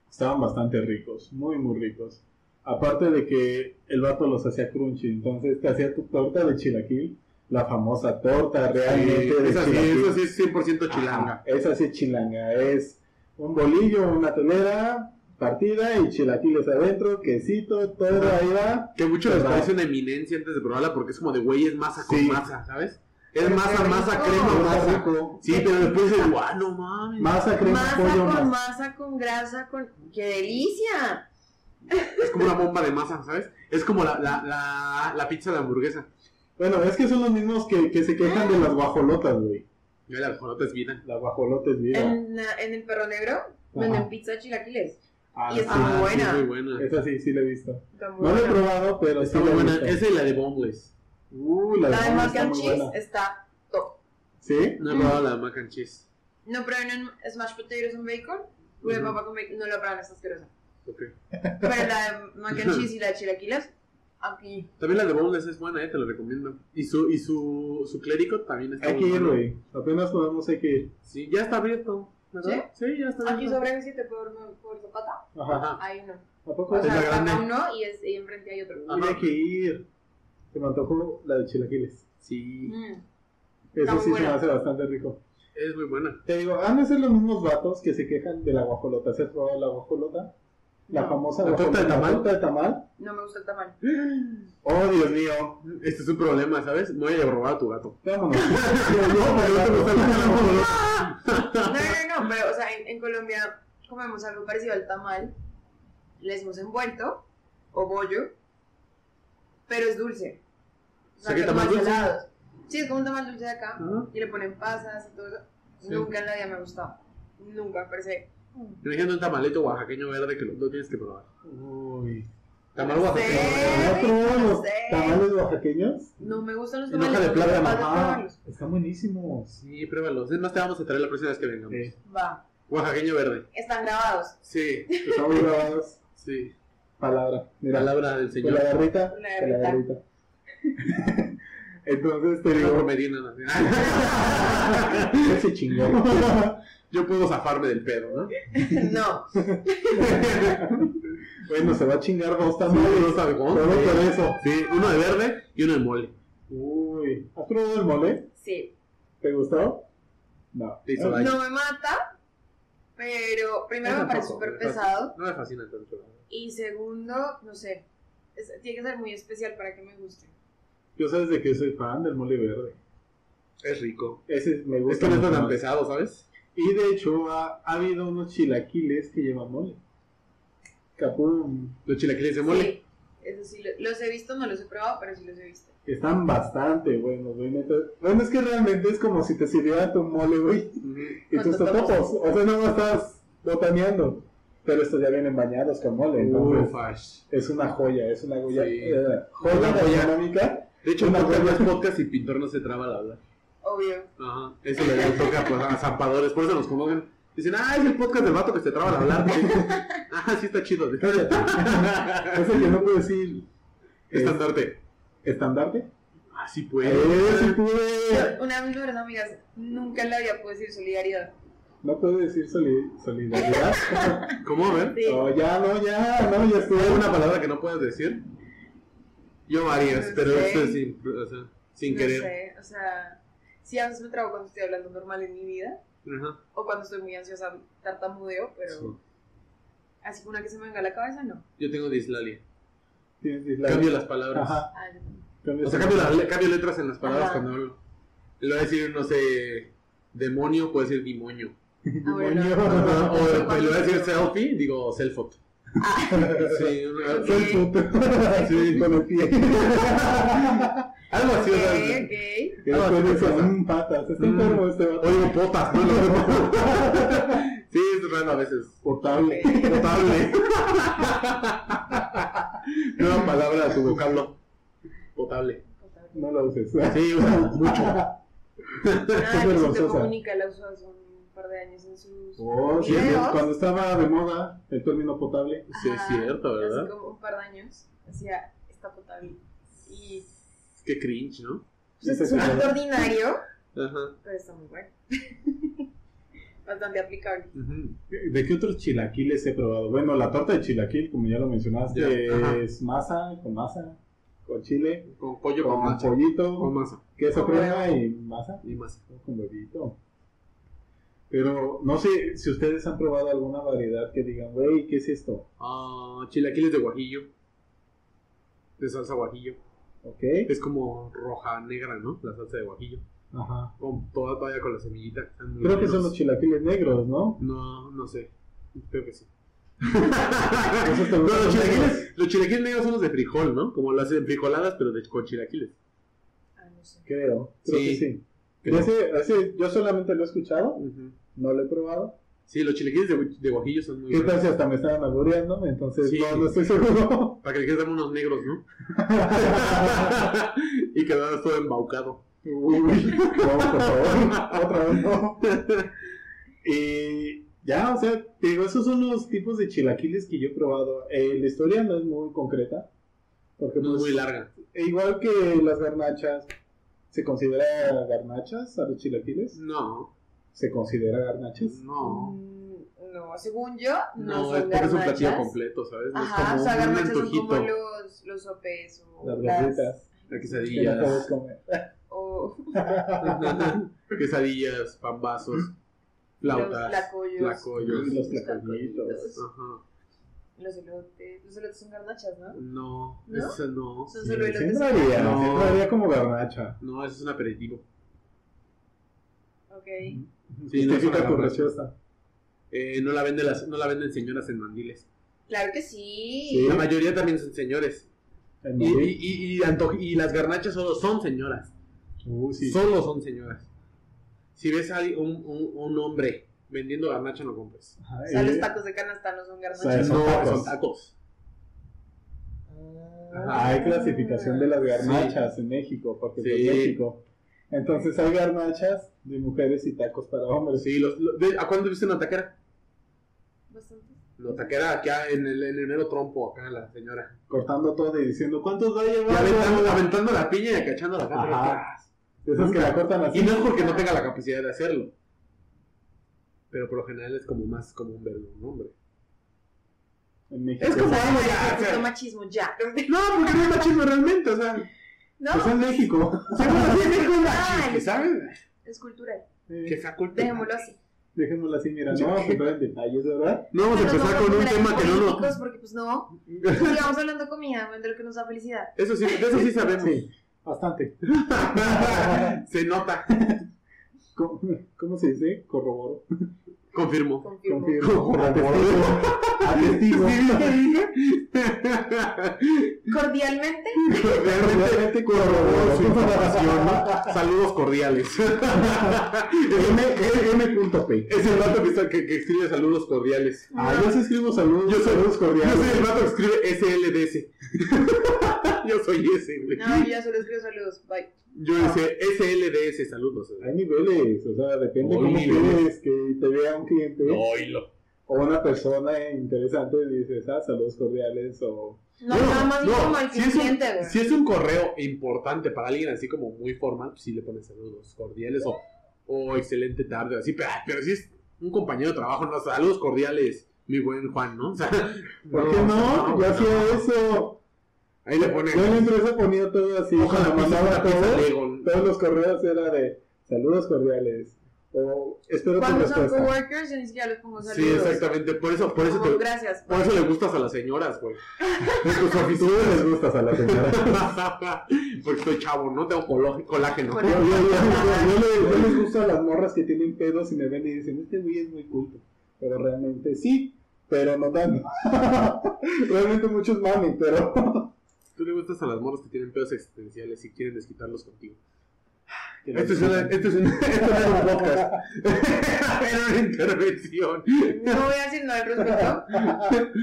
Speaker 1: estaban bastante ricos, muy, muy ricos. Aparte de que el vato los hacía crunchy, entonces te hacía tu torta de chilaquil, la famosa torta realmente
Speaker 2: Sí,
Speaker 1: de
Speaker 2: esa sí,
Speaker 1: chilaquil.
Speaker 2: eso sí es 100% chilanga.
Speaker 1: Ajá, esa sí es chilanga, es un bolillo, una telera partida y chilaquiles adentro, quesito, todo
Speaker 2: Ajá.
Speaker 1: ahí va.
Speaker 2: Que mucho les
Speaker 1: ¿Verdad?
Speaker 2: parece una eminencia antes de probarla porque es como de güey, es masa con
Speaker 1: Sí.
Speaker 2: masa, ¿sabes? Es
Speaker 3: Pero
Speaker 2: masa,
Speaker 3: qué
Speaker 2: masa,
Speaker 3: rico.
Speaker 2: crema,
Speaker 1: Está
Speaker 2: masa.
Speaker 1: rico.
Speaker 2: Sí, pero después dices, guau, no mames.
Speaker 1: Masa, crema,
Speaker 3: Masa
Speaker 1: pollo,
Speaker 3: con
Speaker 1: más.
Speaker 3: masa, con grasa, con... ¡Qué delicia!
Speaker 2: Es como una bomba de masa, ¿sabes? Es como la, la, la, la pizza de hamburguesa.
Speaker 1: Bueno, es que son los mismos que, que se quejan de las guajolotas, güey.
Speaker 2: Yo la jolota es vida.
Speaker 1: La guajolota es vida.
Speaker 3: En, eh, en el perro negro venden pizza de chilaquiles.
Speaker 1: Ah,
Speaker 3: y es
Speaker 1: sí.
Speaker 3: muy
Speaker 2: sí,
Speaker 3: buena.
Speaker 2: es muy buena.
Speaker 1: Esa sí, sí la he visto.
Speaker 3: Está muy
Speaker 1: No la he
Speaker 3: buena.
Speaker 1: probado, pero
Speaker 2: Está
Speaker 1: sí la
Speaker 2: muy
Speaker 1: he
Speaker 2: buena.
Speaker 1: visto.
Speaker 2: Esa y la de boneless.
Speaker 1: Uh, la
Speaker 3: La
Speaker 1: de
Speaker 3: de
Speaker 1: Juan
Speaker 3: mac
Speaker 1: está
Speaker 3: and
Speaker 1: muy
Speaker 3: cheese
Speaker 1: buena.
Speaker 3: está top.
Speaker 1: ¿Sí?
Speaker 2: No he probado la de mac and cheese.
Speaker 3: No prueben en smash potatoes con bacon, puré de
Speaker 2: Ujú.
Speaker 3: papa con bacon, no la prueban, es asquerosa.
Speaker 2: Ok.
Speaker 3: Pero la de mac and cheese y la de chilaquiles, aquí.
Speaker 2: También la de boneless es buena, eh, te la recomiendo. Y su, y su, su clérico también está
Speaker 1: Hay que eh.
Speaker 2: muy
Speaker 1: ir,
Speaker 2: bueno.
Speaker 1: güey. Apenas podemos, hay que ir.
Speaker 2: Sí, ya está abierto. ¿Verdad? Sí, ya está
Speaker 3: Aquí
Speaker 2: abierto.
Speaker 3: sobre el 7 por, por Zapata
Speaker 1: Ajá.
Speaker 2: Ajá.
Speaker 3: hay uno.
Speaker 1: ¿A poco?
Speaker 3: O
Speaker 2: Es la
Speaker 3: sea,
Speaker 2: grande.
Speaker 3: acá uno y, es, y enfrente hay otro.
Speaker 2: Ajá.
Speaker 1: Hay que ir. Se me antojó la de chilaquiles.
Speaker 2: Sí,
Speaker 3: Mm.
Speaker 1: Eso
Speaker 3: Está muy
Speaker 1: sí se me
Speaker 3: buena.
Speaker 1: hace bastante rico.
Speaker 2: es muy buena.
Speaker 1: Te digo, han de ser los mismos vatos que se quejan de la guajolota. ¿Se has probado la guajolota? La
Speaker 3: No,
Speaker 1: famosa
Speaker 2: ¿La torta
Speaker 1: guajolota.
Speaker 2: de tamal?
Speaker 1: torta de tamal.
Speaker 3: no me gusta el tamal.
Speaker 1: Oh, Dios mío.
Speaker 2: Este es un problema, ¿sabes? Me voy a robar a tu gato.
Speaker 1: Vámonos.
Speaker 3: No, no, no, pero o sea, en, en Colombia comemos algo parecido al tamal, le hemos envuelto o bollo, pero es dulce. O
Speaker 2: ¿O sea, que
Speaker 3: que lo
Speaker 2: tamal
Speaker 3: más
Speaker 2: dulce?
Speaker 3: salado. Sí, es como un tamal dulce de acá
Speaker 2: Ajá.
Speaker 3: y le ponen pasas y todo eso.
Speaker 2: Sí.
Speaker 3: Nunca en la vida me ha gustado. Nunca, me parece.
Speaker 2: Imagínate un tamalito oaxaqueño verde que lo, lo tienes que probar.
Speaker 1: Uy.
Speaker 2: Tamal oaxaqueño.
Speaker 1: ¿No has probado los tamales oaxaqueños?
Speaker 3: No me gustan los
Speaker 2: En hoja
Speaker 3: tamales.
Speaker 2: de
Speaker 3: no
Speaker 2: plátano,
Speaker 3: soy capaz de
Speaker 1: Ah,
Speaker 3: probarlos.
Speaker 1: están buenísimos.
Speaker 2: Sí, pruébalos. Es más, te vamos a traer la próxima vez que vengamos.
Speaker 1: Eh,
Speaker 3: Va,
Speaker 2: Oaxaqueño verde.
Speaker 3: están grabados.
Speaker 2: Sí,
Speaker 1: están muy grabados.
Speaker 2: sí.
Speaker 1: Palabra. Mira,
Speaker 2: Palabra del
Speaker 1: con la
Speaker 2: señor.
Speaker 1: garrita. Con
Speaker 3: Con la
Speaker 1: la
Speaker 3: garrita.
Speaker 1: garrita. Entonces te
Speaker 2: Tengo
Speaker 1: digo,
Speaker 2: Medina. ¿no?
Speaker 1: ese chingón.
Speaker 2: Yo puedo zafarme del pedo, ¿no?
Speaker 3: no,
Speaker 1: bueno, se va a chingar dos
Speaker 2: Sí,
Speaker 1: tamales.
Speaker 2: no sabe cómo.
Speaker 1: Solo por eso.
Speaker 2: Sí, uno de verde y uno de mole.
Speaker 1: Uy. ¿Has probado el mole?
Speaker 3: sí.
Speaker 1: ¿Te gustó? No.
Speaker 2: Te hizo
Speaker 1: Ah,
Speaker 2: daño.
Speaker 3: No me mata, pero primero
Speaker 1: Yo
Speaker 3: me parece
Speaker 1: tampoco,
Speaker 3: súper
Speaker 2: me parece-
Speaker 3: pesado.
Speaker 2: No me fascina tanto.
Speaker 3: Y segundo, no sé, es- tiene que ser muy especial para que me guste.
Speaker 1: Yo sabes de que soy fan del mole verde.
Speaker 2: Es rico.
Speaker 1: Ese me gusta.
Speaker 2: Es que Este no está
Speaker 1: mucho
Speaker 2: tan
Speaker 1: más.
Speaker 2: pesado, ¿sabes?
Speaker 1: Y de hecho ha, ha habido unos chilaquiles que llevan mole. Capum.
Speaker 2: Los chilaquiles de mole.
Speaker 3: Sí, eso sí, lo- los he visto, no los he probado, pero sí los he visto.
Speaker 1: Están bastante buenos, güey. neta. Bueno, es que realmente es como si te sirvieran tu mole, güey.
Speaker 2: Ujú.
Speaker 1: Y tus
Speaker 3: Con totopos.
Speaker 1: totopos. O sea, no estás botaneando. Pero estos ya vienen bañados con mole. entonces
Speaker 2: Ufash.
Speaker 1: es una joya, es una joya.
Speaker 2: Sí.
Speaker 1: eh,
Speaker 2: Una
Speaker 1: joya
Speaker 2: joya.
Speaker 1: gastronómica.
Speaker 2: De hecho,
Speaker 1: Una
Speaker 2: podcast no
Speaker 1: buena-
Speaker 2: es podcast y pintor no se traba al hablar.
Speaker 3: Obvio.
Speaker 2: Ajá. Eso le le toca pues, a zapadores. Por eso nos convocan. Dicen, ah, es el podcast del vato que se traba al hablar. ah, sí, está chido.
Speaker 1: Cállate. Eso que no puedo decir. eh,
Speaker 2: Estandarte.
Speaker 1: ¿Estandarte?
Speaker 2: Ah, sí
Speaker 1: ¡Eh, sí
Speaker 2: puede.
Speaker 1: pude!
Speaker 3: Yo- Una de mis mejores amigas nunca en la vida pude decir solidaridad.
Speaker 1: No puedo decir soli- solidaridad.
Speaker 2: ¿Cómo? A ver.
Speaker 3: Sí.
Speaker 1: No, ya, no, ya, no, ya estuvo.
Speaker 2: ¿Hay alguna palabra que no puedas decir? Yo varias,
Speaker 3: No
Speaker 2: pero
Speaker 3: sé.
Speaker 2: esto es sin, o sea, sin
Speaker 3: no
Speaker 2: querer.
Speaker 3: sé, o sea, sí a veces me trago cuando estoy hablando normal en mi vida
Speaker 2: Ajá.
Speaker 3: o cuando estoy muy ansiosa tartamudeo, pero así como una que se me venga a la cabeza, no.
Speaker 2: Yo tengo dislalia.
Speaker 1: Tienes dislike.
Speaker 2: Cambio las palabras.
Speaker 1: Ajá.
Speaker 3: Ah, no.
Speaker 1: Cambio
Speaker 2: O sea,
Speaker 1: las-
Speaker 2: cambio, las le- cambio letras en las palabras
Speaker 3: Ajá.
Speaker 2: cuando hablo. Le voy a decir, no sé, demonio, puede decir demonio.
Speaker 3: Ah, bueno.
Speaker 1: Demonio.
Speaker 2: Ajá, O le voy a decir selfie, digo selfot.
Speaker 3: Ah.
Speaker 2: Sí, una-
Speaker 1: Soy puto. Sí, con el pie.
Speaker 2: algo así. o sea,
Speaker 3: Ok, ok.
Speaker 1: Que
Speaker 2: Ah,
Speaker 1: después
Speaker 2: sí,
Speaker 1: de eso,
Speaker 2: pasa.
Speaker 1: mm, patas. Está
Speaker 2: Mm.
Speaker 1: enfermo este
Speaker 2: o
Speaker 1: vato.
Speaker 2: digo potas, no lo Sí, es raro a veces.
Speaker 1: Potable.
Speaker 2: Potable. Nueva palabra a tu vocablo. Potable.
Speaker 1: No lo uses.
Speaker 2: Sí, usa mucho.
Speaker 3: Ah,
Speaker 1: Qué
Speaker 3: que se te
Speaker 1: vergonzosa.
Speaker 3: comunica, la usó hace un par de años en sus
Speaker 1: Oh, sí,
Speaker 3: videos.
Speaker 1: Cuando estaba de moda el término potable.
Speaker 2: Sí, es
Speaker 3: Ajá,
Speaker 2: cierto,
Speaker 3: Hace
Speaker 2: ¿verdad?
Speaker 3: como un par de años, hacía está potable. Y
Speaker 2: Es que cringe, ¿no?
Speaker 1: Sí,
Speaker 3: pues,
Speaker 1: sí,
Speaker 3: es
Speaker 1: sí,
Speaker 3: un acto
Speaker 1: ¿verdad?
Speaker 3: ordinario,
Speaker 2: Ajá.
Speaker 3: pero está muy bueno. Bastante aplicable.
Speaker 2: Ujú.
Speaker 1: ¿De qué otros chilaquiles he probado? Bueno, la torta de chilaquil, como ya lo mencionaste,
Speaker 2: Ya, ajá.
Speaker 1: es masa, con masa, con chile,
Speaker 2: Con pollo con,
Speaker 1: con
Speaker 2: masa.
Speaker 1: pollito,
Speaker 2: Con masa.
Speaker 1: queso
Speaker 3: Con
Speaker 1: crema
Speaker 3: huevo.
Speaker 1: y masa,
Speaker 2: Y masa.
Speaker 1: con huevito. Pero no sé si ustedes han probado alguna variedad que digan, güey, ¿qué es esto?
Speaker 2: Ah, chilaquiles de guajillo. De salsa guajillo.
Speaker 1: ¿Ok?
Speaker 2: Es como roja, negra, ¿no? La salsa de guajillo.
Speaker 1: Ajá.
Speaker 2: Con toda todavía con la semillita. que están muy
Speaker 1: Creo que
Speaker 2: buenos.
Speaker 1: son los chilaquiles negros, ¿no?
Speaker 2: No, no sé. Creo que sí.
Speaker 1: Esos también
Speaker 2: No,
Speaker 1: son
Speaker 2: los
Speaker 1: negros.
Speaker 2: chilaquiles, los chilaquiles negros son los de frijol, ¿no? Como las hacen frijoladas, pero de, con chilaquiles.
Speaker 3: Ah, no sé.
Speaker 1: Creo, creo
Speaker 2: Sí.
Speaker 1: que sí.
Speaker 2: Creo.
Speaker 1: Ese- ese yo solamente lo he escuchado,
Speaker 2: Ujú.
Speaker 1: no lo he probado.
Speaker 2: Sí, los chilaquiles de, gu- de guajillo son muy
Speaker 1: ¿Qué tal
Speaker 2: buenos.
Speaker 1: si hasta me estaban alboreando? Entonces,
Speaker 2: Sí.
Speaker 1: no, no estoy seguro.
Speaker 2: Para que le quieras dar unos negros, ¿no? y quedaras todo embaucado.
Speaker 1: Uy, uy. No, por favor, otra vez no. Y ya, o sea, te digo, esos son los tipos de chilaquiles que yo he probado. Eh, la historia no es muy concreta, porque
Speaker 2: No es
Speaker 1: pues,
Speaker 2: muy larga.
Speaker 1: e igual que las garnachas, ¿se considera garnachas a los chilaquiles?
Speaker 2: No,
Speaker 1: ¿Se considera garnachas?
Speaker 2: no.
Speaker 3: Mm, No, según yo, no,
Speaker 2: No,
Speaker 3: son
Speaker 2: es porque es un platillo
Speaker 3: garnachas.
Speaker 2: completo, ¿sabes? No
Speaker 3: Ajá, o
Speaker 2: es como
Speaker 3: sea,
Speaker 2: un
Speaker 3: garnachas son
Speaker 2: antojito.
Speaker 3: como los, los sopes o
Speaker 1: Las gorditas
Speaker 2: La
Speaker 1: que no puedes
Speaker 2: Quesadillas.
Speaker 1: comer.
Speaker 3: o
Speaker 2: quesadillas, pambazos,
Speaker 3: los
Speaker 2: flautas,
Speaker 3: tlacoyos,
Speaker 2: tlacoyos.
Speaker 1: Los
Speaker 3: los
Speaker 1: tlacoyitos.
Speaker 2: Ajá.
Speaker 3: los elotes. Los elotes son garnachas, ¿no?
Speaker 2: No,
Speaker 3: ¿No?
Speaker 2: esa no.
Speaker 3: Son
Speaker 1: Sí,
Speaker 3: solo
Speaker 1: sí
Speaker 3: elotes.
Speaker 1: entraría,
Speaker 2: No.
Speaker 1: sí entraría como garnacha.
Speaker 2: No, eso es un aperitivo.
Speaker 3: Ok.
Speaker 2: Sí, no es una
Speaker 1: Justifica tu
Speaker 2: garnacha.
Speaker 1: respuesta.
Speaker 2: Eh, no, la venden las, no la venden señoras en mandiles.
Speaker 3: Claro que sí.
Speaker 1: Sí.
Speaker 2: La mayoría también son señores.
Speaker 1: En
Speaker 2: Y,
Speaker 1: Madrid.
Speaker 2: y- y- y anto- y las garnachas solo son señoras.
Speaker 1: Uy, sí.
Speaker 2: Solo son señoras. Si ves a un, un- un hombre vendiendo garnacha, no compres.
Speaker 1: Ajá,
Speaker 3: O sea, los
Speaker 1: eh,
Speaker 3: tacos de canasta no son
Speaker 1: O sea,
Speaker 3: garnachas.
Speaker 1: son
Speaker 2: no,
Speaker 1: tacos.
Speaker 2: son tacos.
Speaker 1: Ah, hay clasificación de las garnachas en México, porque
Speaker 2: Sí.
Speaker 1: es de México. Entonces hay garnachas de mujeres y tacos para hombres.
Speaker 2: Sí, los, los- de- ¿A cuándo viste una taquera?
Speaker 3: Bastante.
Speaker 2: La taquera acá en el, en el mero trompo, acá la señora.
Speaker 1: Cortando todo y diciendo, ¿cuántos va a
Speaker 2: Y aventando,
Speaker 1: llevar?
Speaker 2: aventando la piña y acachando la cara.
Speaker 1: Ajá. De Esas que la cortan así.
Speaker 2: Y no es porque no tenga la capacidad de hacerlo. Pero por lo general es como más común verlo en un hombre.
Speaker 1: En México.
Speaker 2: Es como-
Speaker 1: Pues
Speaker 2: Vamos ya,
Speaker 3: Ay,
Speaker 2: o sea.
Speaker 3: puto machismo, ya.
Speaker 2: No, porque no es machismo realmente, o sea. pues
Speaker 3: No,
Speaker 1: en México.
Speaker 3: Ay,
Speaker 2: ¿Sabes?
Speaker 3: es cultural.
Speaker 2: Que
Speaker 1: Eh,
Speaker 2: facultad.
Speaker 3: Dejémoslo así.
Speaker 1: Dejémoslo así, mira. No vamos a entrar en detalles, ¿verdad?
Speaker 2: No vamos a
Speaker 3: No nos
Speaker 2: empezar
Speaker 3: vamos
Speaker 2: con
Speaker 3: a
Speaker 2: un
Speaker 3: poner
Speaker 2: tema
Speaker 3: aquí
Speaker 2: que no
Speaker 3: políticos
Speaker 2: nos.
Speaker 3: Porque pues no, sigamos hablando de comida, de lo que nos da felicidad.
Speaker 2: Eso sí, de eso sí sabemos.
Speaker 1: Sí, bastante.
Speaker 2: Se nota.
Speaker 1: ¿Cómo, cómo se dice? Corroboro.
Speaker 2: Confirmo.
Speaker 3: Confirmo.
Speaker 1: Confirmo.
Speaker 2: Corroboro.
Speaker 1: Atestigo. Atestigo.
Speaker 3: Cordialmente,
Speaker 2: Realmente corroboro su información. ¿no? Saludos cordiales.
Speaker 1: M.P.
Speaker 2: Es el rato que, está- que- que escribe saludos cordiales.
Speaker 1: Ah, yo sí escribo saludos.
Speaker 2: Yo soy-
Speaker 1: saludos
Speaker 2: Yo
Speaker 1: cordiales.
Speaker 2: soy el rato que escribe SLDS. Yo soy ese, güey.
Speaker 3: no, yo ya solo escribo saludos. Bye.
Speaker 2: Yo decía SLDS, saludos.
Speaker 1: ¿eh? Hay niveles, o sea, depende
Speaker 2: Hay
Speaker 1: cómo quieres
Speaker 2: niveles.
Speaker 1: que te vea un cliente.
Speaker 2: Oilo.
Speaker 1: o una persona interesante y dices, ah, saludos cordiales o...
Speaker 3: No, nada más
Speaker 2: no,
Speaker 3: como al
Speaker 2: si es, un,
Speaker 3: cliente, güey.
Speaker 2: si es un correo importante para alguien así como muy formal, pues sí le pones saludos cordiales o, o excelente tarde, así, pero, ah, pero si es un compañero de trabajo, no, saludos cordiales, mi buen Juan, ¿no? O sea,
Speaker 1: ¿Por qué
Speaker 2: o sea,
Speaker 1: no? Yo
Speaker 2: no.
Speaker 1: hacía eso.
Speaker 2: Ahí le pones.
Speaker 1: Yo en la empresa ponía todo así,
Speaker 2: Ojalá
Speaker 1: me
Speaker 2: me
Speaker 1: mandaba
Speaker 2: una pieza
Speaker 1: todo.
Speaker 2: Lego.
Speaker 1: Todos los correos era de saludos cordiales o espero tu
Speaker 3: Cuando son
Speaker 1: respuesta.
Speaker 3: coworkers, yo ni siquiera les pongo
Speaker 2: Sí,
Speaker 3: saludos.
Speaker 2: exactamente. Por eso, por eso,
Speaker 3: Como,
Speaker 2: te-
Speaker 3: gracias.
Speaker 2: por eso le gustas a las señoras, güey.
Speaker 1: Tus actitudes les gustas a la señora. yo,
Speaker 2: Porque estoy chavo, no tengo colo- colágeno.
Speaker 3: Bueno.
Speaker 1: yo- yo- yo- yo le- yo les gusto a las morras que tienen pedos y me ven y dicen, este güey es muy culto. Pero realmente sí, pero no tanto. realmente muchos mami, pero...
Speaker 2: Tú le gustas a las morras que tienen pedos existenciales y quieren desquitarlos contigo.
Speaker 1: Esto es
Speaker 2: una, esto Este es una, esto no era un podcast. Era una intervención.
Speaker 3: No voy a decir nada al respecto.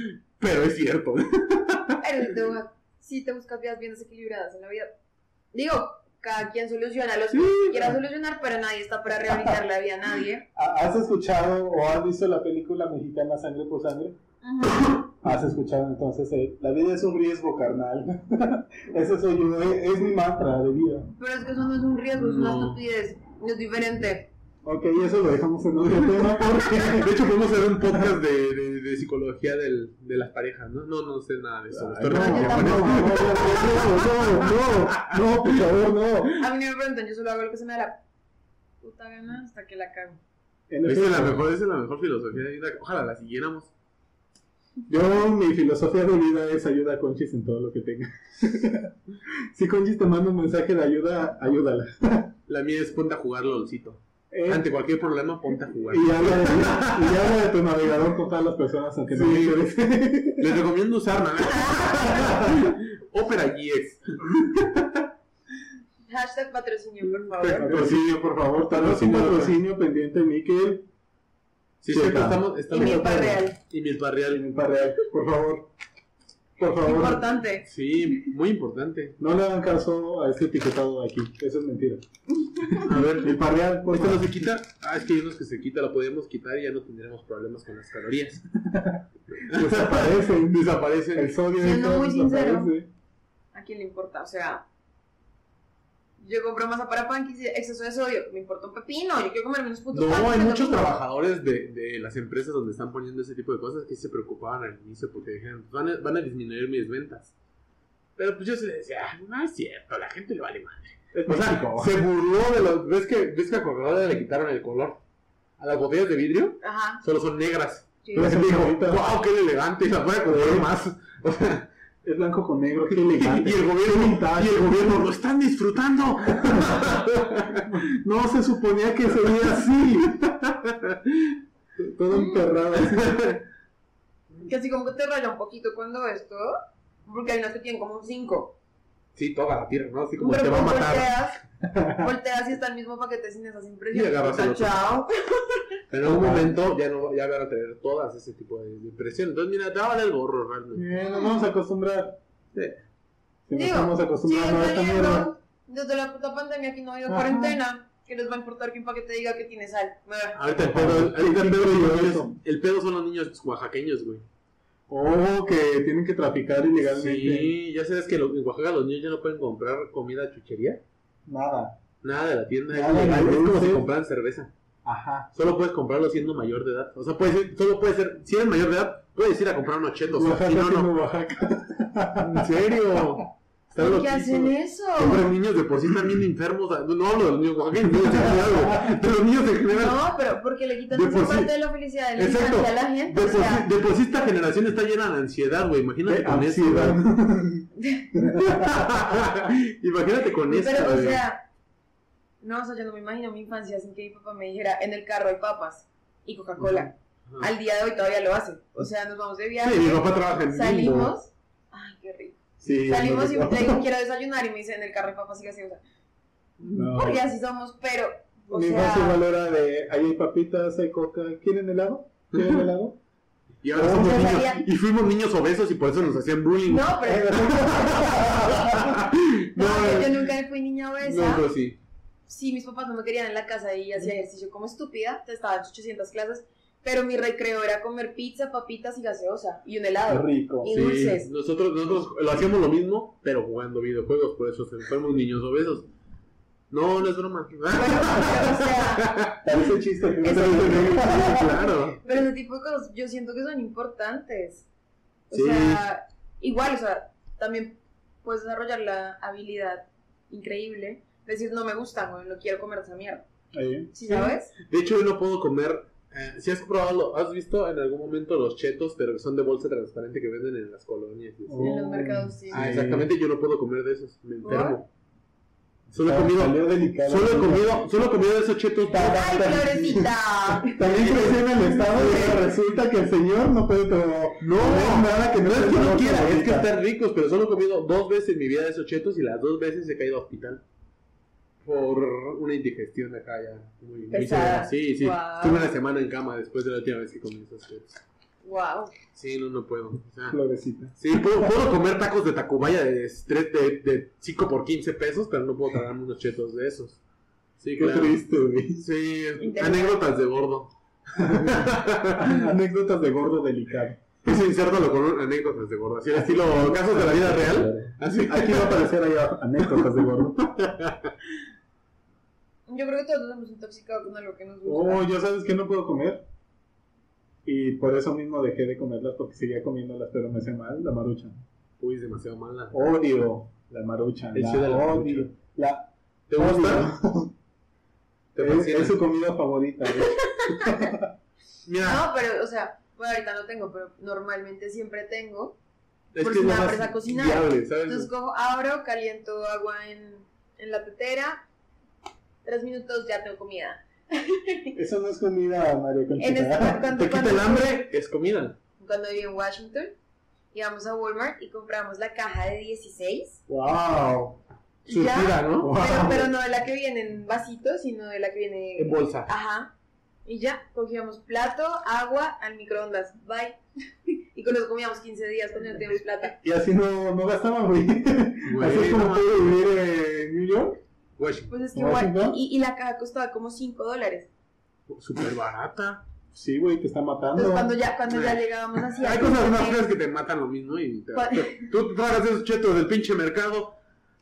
Speaker 2: Pero es cierto.
Speaker 3: Pero si te, buscas- si te buscas vidas bien desequilibradas en la vida. Digo, cada quien soluciona los que quiera solucionar, pero nadie está para rehabilitar la vida a nadie.
Speaker 1: ¿Has escuchado o has visto la película mexicana Sangre por Sangre? Has escuchado entonces, eh, la vida es un riesgo, carnal. Ese soy yo, eh, es mi mantra de vida.
Speaker 3: Pero es que eso no es un riesgo, es una
Speaker 2: No.
Speaker 3: estupidez. Es diferente.
Speaker 1: Ok, eso lo dejamos en otro tema porque...
Speaker 2: De hecho, podemos hacer un podcast de, de, de psicología del, de las parejas, ¿no? No, no sé nada de eso.
Speaker 1: Ay,
Speaker 2: Estoy
Speaker 1: no,
Speaker 2: re-
Speaker 1: no, no, no, no, no, no, por favor, no.
Speaker 3: A mí no me preguntan, yo solo hago lo que se me da la puta gana hasta que la cago.
Speaker 1: En
Speaker 2: Esa es la
Speaker 1: efecto,
Speaker 2: mejor, esa es la mejor filosofía de vida. Ojalá la siguiéramos.
Speaker 1: Yo, mi filosofía de vida es ayuda a Conchis en todo lo que tenga. si Conchis te manda un mensaje de ayuda, ayúdala.
Speaker 2: La mía es ponte a jugar LOLcito.
Speaker 1: Eh,
Speaker 2: Ante cualquier problema, ponte a jugar.
Speaker 1: y habla, de, y habla de tu navegador con todas las personas aunque no
Speaker 2: Sí.
Speaker 1: le interese.
Speaker 2: Les recomiendo usar nada. Opera GX.
Speaker 3: Hashtag patrocinio, por favor.
Speaker 2: Patrocinio, por favor.
Speaker 1: Tenemos un
Speaker 2: patrocinio.
Speaker 1: patrocinio pendiente, Miquel.
Speaker 2: Sí, sí,
Speaker 1: Checa.
Speaker 2: estamos,
Speaker 3: Y
Speaker 2: estamos
Speaker 3: mi par real.
Speaker 2: Y Milparreal.
Speaker 1: Para real, por favor. Por favor.
Speaker 3: Importante.
Speaker 2: Sí, muy importante.
Speaker 1: No le hagan caso a este etiquetado de aquí. Eso es mentira.
Speaker 2: A ver,
Speaker 1: El parreal, por
Speaker 2: ¿esto no
Speaker 1: favor.
Speaker 2: se quita? Ah, es que hay unos que se quita, lo podemos quitar y ya no tendríamos problemas con las calorías.
Speaker 1: Desaparecen.
Speaker 2: Desaparecen.
Speaker 1: El sodio de
Speaker 3: Siendo
Speaker 1: todo
Speaker 3: muy sincero.
Speaker 1: desaparece.
Speaker 3: ¿A quién le importa? O sea, yo compro masa para pan, quise exceso de sodio. Me importa un pepino, yo quiero comerme unos putos
Speaker 2: No,
Speaker 3: panquis
Speaker 2: hay
Speaker 3: el
Speaker 2: muchos
Speaker 3: domingo.
Speaker 2: trabajadores de, de las empresas donde están poniendo ese tipo de cosas que se preocupaban al inicio porque dijeron, "Pues van a, van a disminuir mis ventas. Pero pues yo se les decía, "Ah, no es cierto, a la gente le vale madre.
Speaker 1: Es
Speaker 2: O sea,
Speaker 1: México.
Speaker 2: se burló de los... ¿Ves que, ves que a Coca-Cola le quitaron el color? A las botellas de vidrio
Speaker 3: Ajá,
Speaker 2: solo son negras.
Speaker 3: sí.
Speaker 2: Y la gente dijo,
Speaker 1: Ahorita-
Speaker 2: wow, qué elegante, y las voy a comprar más. O sea,
Speaker 1: Es blanco con negro. Qué
Speaker 2: y
Speaker 1: elegante.
Speaker 2: el gobierno, y el gobierno lo están disfrutando.
Speaker 1: No se suponía que sería así. Todo emperrado. así.
Speaker 3: Que así como que te raya un poquito cuando esto, porque hay unas que tienen como cinco.
Speaker 2: Sí, toda la tira, ¿no? Así como
Speaker 3: Pero
Speaker 2: te va a
Speaker 3: como
Speaker 2: matar.
Speaker 3: Volteas, volteas y está el mismo paquete sin esas
Speaker 2: Y
Speaker 3: impresiones.
Speaker 2: agarras el
Speaker 3: Está
Speaker 2: otro.
Speaker 3: chao.
Speaker 2: Pero en algún momento ya no ya van a tener todas ese tipo de impresión. Entonces, mira, te va a valer el gorro realmente.
Speaker 1: Eh, nos vamos a acostumbrar. Si nos
Speaker 3: Digo,
Speaker 1: estamos acostumbrando a
Speaker 3: Siguen
Speaker 1: esta mierda.
Speaker 3: saliendo. Desde la puta pandemia aquí no ha habido
Speaker 1: Ajá.
Speaker 3: cuarentena. Que les va a importar que un paquete diga que tiene sal. Bah.
Speaker 2: Ahorita el
Speaker 1: Ajá.
Speaker 2: pedo, ahorita el pedo,
Speaker 1: Sí,
Speaker 2: son los
Speaker 1: sí,
Speaker 2: niños-
Speaker 1: eso.
Speaker 2: el pedo son los niños oaxaqueños, güey.
Speaker 1: O que tienen que traficar ilegalmente.
Speaker 2: Sí, ya sabes que lo- en Oaxaca los niños ya no pueden comprar comida chuchería.
Speaker 1: Nada.
Speaker 2: Nada de la tienda.
Speaker 1: Nada,
Speaker 2: es, ilegal,
Speaker 1: ni
Speaker 2: es como
Speaker 1: dulces.
Speaker 2: si compraran cerveza.
Speaker 1: Ajá.
Speaker 2: Solo puedes comprarlo siendo mayor de edad. O sea, puedes ir- solo puede ser, si eres mayor de edad, puedes ir a comprar unos chetos. O sea,
Speaker 1: Oaxaca
Speaker 2: si no,
Speaker 1: siendo
Speaker 2: no.
Speaker 1: Oaxaca.
Speaker 2: ¿En serio? Están
Speaker 3: ¿Por qué
Speaker 2: loquísimos.
Speaker 3: hacen eso?
Speaker 2: Hombre, niños de por sí están bien enfermos. No, no hablo de los niños oaxaqueños, niños en general, güey. de los niños en general.
Speaker 3: No, pero porque le quitan
Speaker 2: De
Speaker 3: esa
Speaker 2: por sí.
Speaker 3: parte de la felicidad de la
Speaker 2: Exacto.
Speaker 3: infancia a la gente.
Speaker 2: De
Speaker 3: o
Speaker 2: por,
Speaker 3: sea,
Speaker 2: sí, de por sí esta generación está llena de ansiedad, güey. Imagínate
Speaker 1: De
Speaker 2: con eso.
Speaker 1: ansiedad.
Speaker 2: güey. Imagínate con
Speaker 3: Sí,
Speaker 2: esto,
Speaker 3: Pero, o
Speaker 2: güey.
Speaker 3: sea, no, o sea, yo no me imagino mi infancia sin que mi papá me dijera, en el carro hay papas y Coca-Cola.
Speaker 2: Ajá.
Speaker 3: Al día de hoy todavía lo hace. O sea, nos vamos de
Speaker 2: Sí, mi
Speaker 3: viaje,
Speaker 2: papá trabaja en Bimbo.
Speaker 3: salimos. Ay, qué rico.
Speaker 1: Sí,
Speaker 3: Salimos y
Speaker 1: no,
Speaker 3: le digo, quiero desayunar y me dice, en el carro hay papas y gaseosa.
Speaker 1: no.
Speaker 3: Porque así somos, pero, o
Speaker 1: Mi infancia
Speaker 3: sea,
Speaker 1: igual era de, ahí hay papitas, hay coca, ¿quieren helado? ¿Quieren helado?
Speaker 2: Y ahora somos
Speaker 3: Yo
Speaker 2: niños.
Speaker 3: salía-
Speaker 2: Y fuimos niños obesos y por eso nos hacían bullying.
Speaker 3: no, pero no,
Speaker 2: No,
Speaker 3: yo nunca fui niña obesa.
Speaker 2: no, Mm. pero sí.
Speaker 3: sí, mis papás no me querían en la casa y hacía ejercicio como estúpida, te estaban 800 clases, Pero mi recreo era comer pizza, papitas y gaseosa. Y un helado.
Speaker 1: Qué rico.
Speaker 3: Y dulces.
Speaker 2: nosotros, nosotros lo hacíamos lo mismo, pero jugando videojuegos, por eso fuimos niños obesos. No, no es broma.
Speaker 3: Bueno, o sea,
Speaker 1: Parece chiste. pero
Speaker 3: Eso-
Speaker 1: no es de mí.
Speaker 2: claro.
Speaker 3: pero ese tipo de cosas yo siento que son importantes. O
Speaker 2: Sí.
Speaker 3: sea, igual, o sea, también puedes desarrollar la habilidad increíble. de Decir, no me gusta, güey, no quiero comer esa mierda.
Speaker 1: Ahí.
Speaker 3: ¿Sí
Speaker 2: Sí.
Speaker 3: sabes?
Speaker 2: De hecho, yo no puedo comer. eh, si has probado, ¿has visto en algún momento los chetos, pero que son de bolsa transparente que venden en las colonias? y así?
Speaker 1: Oh.
Speaker 3: En los mercados, sí.
Speaker 2: Ah, exactamente, yo no puedo comer de esos, me enfermo. Solo he
Speaker 1: Ah,
Speaker 2: comido,
Speaker 1: salió delicado.
Speaker 2: solo he comido, solo he comido de esos chetos.
Speaker 3: ¡Ay, florecita!
Speaker 1: También crecí en el estado y resulta que el señor no puede tomar
Speaker 2: No,
Speaker 1: es nada que no
Speaker 2: no es que
Speaker 1: tenga
Speaker 2: no
Speaker 1: otra
Speaker 2: quiera, es que
Speaker 1: bolita.
Speaker 2: están ricos, pero solo he comido dos veces en mi vida de esos chetos y las dos veces he caído a hospital. Por una indigestión acá ya muy, muy
Speaker 3: Pesada.
Speaker 2: severa. Sí, sí.
Speaker 3: Guau.
Speaker 2: Estuve una semana en cama después de la última vez que comí esos chetos.
Speaker 3: ¡Wow!
Speaker 2: Sí, no, no puedo. O sea,
Speaker 1: florecita.
Speaker 2: Sí, puedo, puedo comer tacos de Tacubaya de, tres- de, de 5 por 15 pesos, pero no puedo tragarme unos chetos de esos. Sí,
Speaker 1: Qué
Speaker 2: claro.
Speaker 1: triste, güey.
Speaker 2: Sí,
Speaker 3: Interesante.
Speaker 2: anécdotas de gordo.
Speaker 1: Anécdotas de gordo delicado.
Speaker 2: Eso insértalo con un- anécdotas de gordo. Así, al estilo casos de la vida real. Así,
Speaker 1: Aquí va a aparecer ahí abajo, anécdotas de gordo.
Speaker 3: Yo creo que todos nos hemos intoxicado con algo que nos gusta.
Speaker 1: Oh, yo sabes que no puedo comer. Y por eso mismo dejé de comerlas porque seguía comiéndolas, pero me hacía mal la marucha.
Speaker 2: Uy, es demasiado mala.
Speaker 1: Odio la marucha.
Speaker 2: El
Speaker 1: La
Speaker 2: chido de Oh, la
Speaker 1: odio.
Speaker 2: marucha.
Speaker 1: La
Speaker 2: ¿Te
Speaker 1: odio.
Speaker 2: gusta? ¿Te
Speaker 1: Es,
Speaker 2: fascina?
Speaker 1: es su comida favorita. güey.
Speaker 2: Mira,
Speaker 3: No, pero, o sea, bueno, ahorita no tengo, pero normalmente siempre tengo.
Speaker 2: es
Speaker 3: por
Speaker 2: que
Speaker 3: si
Speaker 2: es
Speaker 3: me
Speaker 2: lo
Speaker 3: apres a
Speaker 2: más
Speaker 3: cocinar.
Speaker 2: viable, ¿sabes?
Speaker 3: Entonces cojo, abro, caliento agua en, en la tetera. Tres minutos ya tengo comida.
Speaker 1: Eso no es comida, María
Speaker 3: En este,
Speaker 1: Conchita.
Speaker 3: cuando,
Speaker 2: Te quita el
Speaker 3: cuando-
Speaker 2: hambre, es comida.
Speaker 3: cuando viví en Washington, íbamos a Walmart y compramos la caja de 16.
Speaker 1: ¡Wow!
Speaker 3: Ya,
Speaker 2: Suspira, ¿no?
Speaker 1: Wow.
Speaker 3: pero, pero no de la que viene en vasitos, sino de la que viene
Speaker 2: En bolsa.
Speaker 3: Ajá. Y ya, cogíamos plato, agua, al microondas. Bye. y con eso comíamos 15 días cuando no teníamos plata.
Speaker 1: Y así no, no gastaban, güey. Así
Speaker 2: Güey,
Speaker 1: como
Speaker 2: no,
Speaker 1: pude vivir en New York.
Speaker 2: güey,
Speaker 3: Pues es que
Speaker 1: ¿No,
Speaker 3: guay.
Speaker 1: chica?
Speaker 3: Y, y la caja costaba como 5 dólares.
Speaker 2: Ah, súper barata.
Speaker 1: Sí, güey, te está matando.
Speaker 3: Entonces cuando ya, cuando ya
Speaker 2: Eh.
Speaker 3: llegábamos así.
Speaker 2: Hay
Speaker 3: al
Speaker 2: cosas más
Speaker 3: café,
Speaker 2: feas que te matan lo mismo y te,
Speaker 3: Cu-
Speaker 2: te- tú te tragas esos chetos del pinche mercado.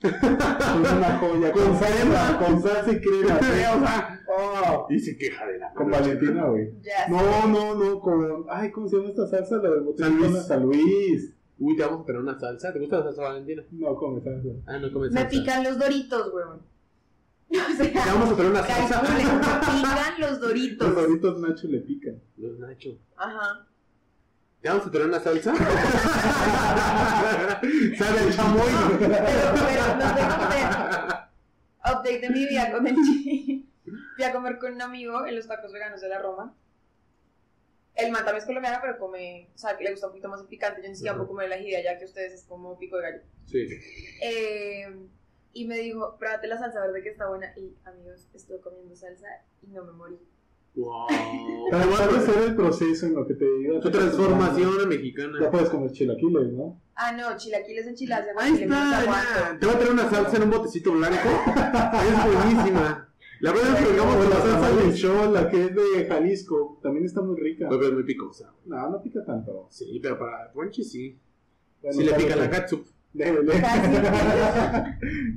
Speaker 1: Es una joya. Con
Speaker 2: Con
Speaker 1: salsa,
Speaker 2: crema.
Speaker 1: con salsa y crema.
Speaker 2: o
Speaker 1: güey.
Speaker 2: sea,
Speaker 1: Oh,
Speaker 2: y se queja de la
Speaker 1: con
Speaker 2: noche.
Speaker 1: Valentina, güey.
Speaker 3: Ya.
Speaker 1: No, no, no, con... Ay, ¿cómo se llama esta salsa? La de
Speaker 2: San
Speaker 1: botellita
Speaker 2: Luis.
Speaker 1: de San Luis.
Speaker 2: Uy, te vamos a poner una salsa. ¿Te gusta la salsa Valentina?
Speaker 1: No, come salsa.
Speaker 2: Ah, no comes
Speaker 3: Me
Speaker 2: salsa.
Speaker 3: pican los doritos, weón. O
Speaker 2: Te
Speaker 3: sea,
Speaker 2: vamos a poner una salsa.
Speaker 3: calculen, me pican los
Speaker 1: Los
Speaker 3: doritos.
Speaker 1: doritos Nacho le pican.
Speaker 2: Los nachos.
Speaker 3: Ajá.
Speaker 2: ¿Te vamos a poner una salsa? Sale el
Speaker 3: No,
Speaker 2: chamoy.
Speaker 3: pero, pero no te conté. Update de mi vida con el chi. Fui a comer con un amigo en los tacos veganos de la Roma. El man también es colombiano, pero come, o sea, que le gusta un poquito más el picante. Yo ni siquiera
Speaker 2: Ajá.
Speaker 3: puedo comer la ají de allá, que ustedes es como pico de gallo.
Speaker 2: Sí.
Speaker 3: Eh, y me dijo, pruébate la salsa verde que está buena. Y, amigos, estuve comiendo salsa y no me morí.
Speaker 2: Wow.
Speaker 1: Tratar de hacer el proceso en lo que te diga.
Speaker 2: Tu
Speaker 1: Ah,
Speaker 2: transformación a
Speaker 1: Ya
Speaker 2: mexicana.
Speaker 1: puedes comer chilaquiles, ¿no?
Speaker 3: Ah, no, chilaquiles enchiladas. ya
Speaker 2: Ahí
Speaker 3: chilaquiles no
Speaker 2: está,
Speaker 3: aguanto.
Speaker 2: ya. Te voy a traer una salsa en un botecito blanco. Es buenísima. La verdad es que
Speaker 1: Como
Speaker 2: digamos
Speaker 1: la salsa
Speaker 2: de
Speaker 1: de chola, que es de Jalisco. También está muy rica.
Speaker 2: Pero es muy picosa.
Speaker 1: No, no pica tanto.
Speaker 2: Sí, pero para Ponchi sí.
Speaker 1: Bueno,
Speaker 2: sí le
Speaker 1: sabe
Speaker 2: pica la
Speaker 1: que-
Speaker 2: katsup.
Speaker 1: Le, le-
Speaker 3: Ah, Casi.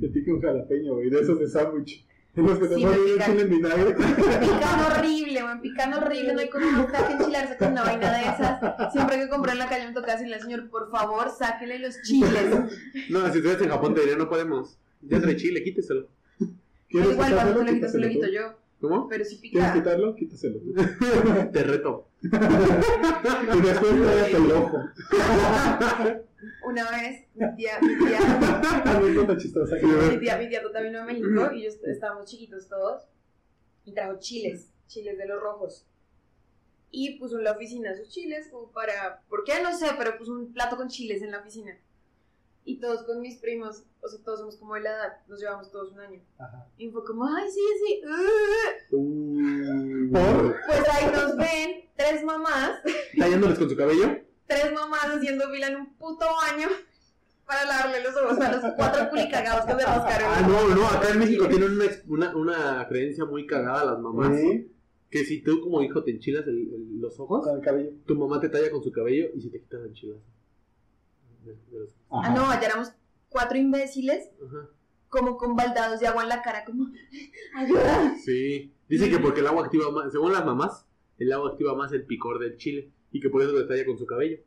Speaker 1: le pica un jalapeño, güey, de esos de sándwich. De los que te
Speaker 3: Sí,
Speaker 1: ponen
Speaker 3: me
Speaker 1: el
Speaker 3: pica.
Speaker 1: chile en vinagre.
Speaker 3: Pican horrible, me pican horrible, no hay como no que enchilarse con una vaina de esas. Siempre que compré en la calle me tocaba decirle al señor, por favor, sáquele los chiles.
Speaker 2: No, si estuvieras en Japón te diría, no podemos. Ya trae chile, quíteselo.
Speaker 1: ¿Quieres
Speaker 3: Igual cuando
Speaker 1: quitárselo?
Speaker 3: se lo quito, se lo
Speaker 1: Quítaselo
Speaker 3: quito
Speaker 1: tú.
Speaker 3: yo,
Speaker 2: ¿Cómo?
Speaker 3: pero si
Speaker 1: ¿Quieres
Speaker 3: pica.
Speaker 1: quitarlo? Quítaselo. tú.
Speaker 2: Te reto.
Speaker 1: Y después tráete el ojo.
Speaker 3: Una vez, mi tía, mi tía,
Speaker 1: Anécdota chistosa. que-
Speaker 3: mi tía, mi tía Tota vino a México y yo est- estábamos chiquitos todos y trajo chiles, chiles de los rojos. Y puso en la oficina sus chiles como para, ¿por qué? No sé, pero puso un plato con chiles en la oficina. Y todos con mis primos, o sea, todos somos como de la edad, nos llevamos todos un año.
Speaker 1: Ajá.
Speaker 3: Y fue como, ay, sí, sí. uh".
Speaker 2: Uh,
Speaker 1: ¿Por?
Speaker 3: Pues ahí nos ven tres mamás,
Speaker 2: Tallándoles con su cabello.
Speaker 3: tres mamás haciendo fila en un puto baño para lavarle los ojos a los cuatro culicagados que se rascaron.
Speaker 2: Ah, no, no, acá en México tienen una, ex- una, una creencia muy cagada las mamás.
Speaker 1: ¿Sí?
Speaker 2: Que que si tú como hijo te enchilas el- el- los ojos,
Speaker 1: Con el cabello.
Speaker 2: tu mamá te talla con su cabello y si te quitas la enchilada. De- de los-
Speaker 3: Ah, no, allá éramos cuatro imbéciles,
Speaker 2: Ajá.
Speaker 3: como con baldados de agua en la cara, como, ayuda.
Speaker 2: Sí. Dice que porque el agua activa más, según las mamás, el agua activa más el picor del chile y que por eso te talla con su cabello.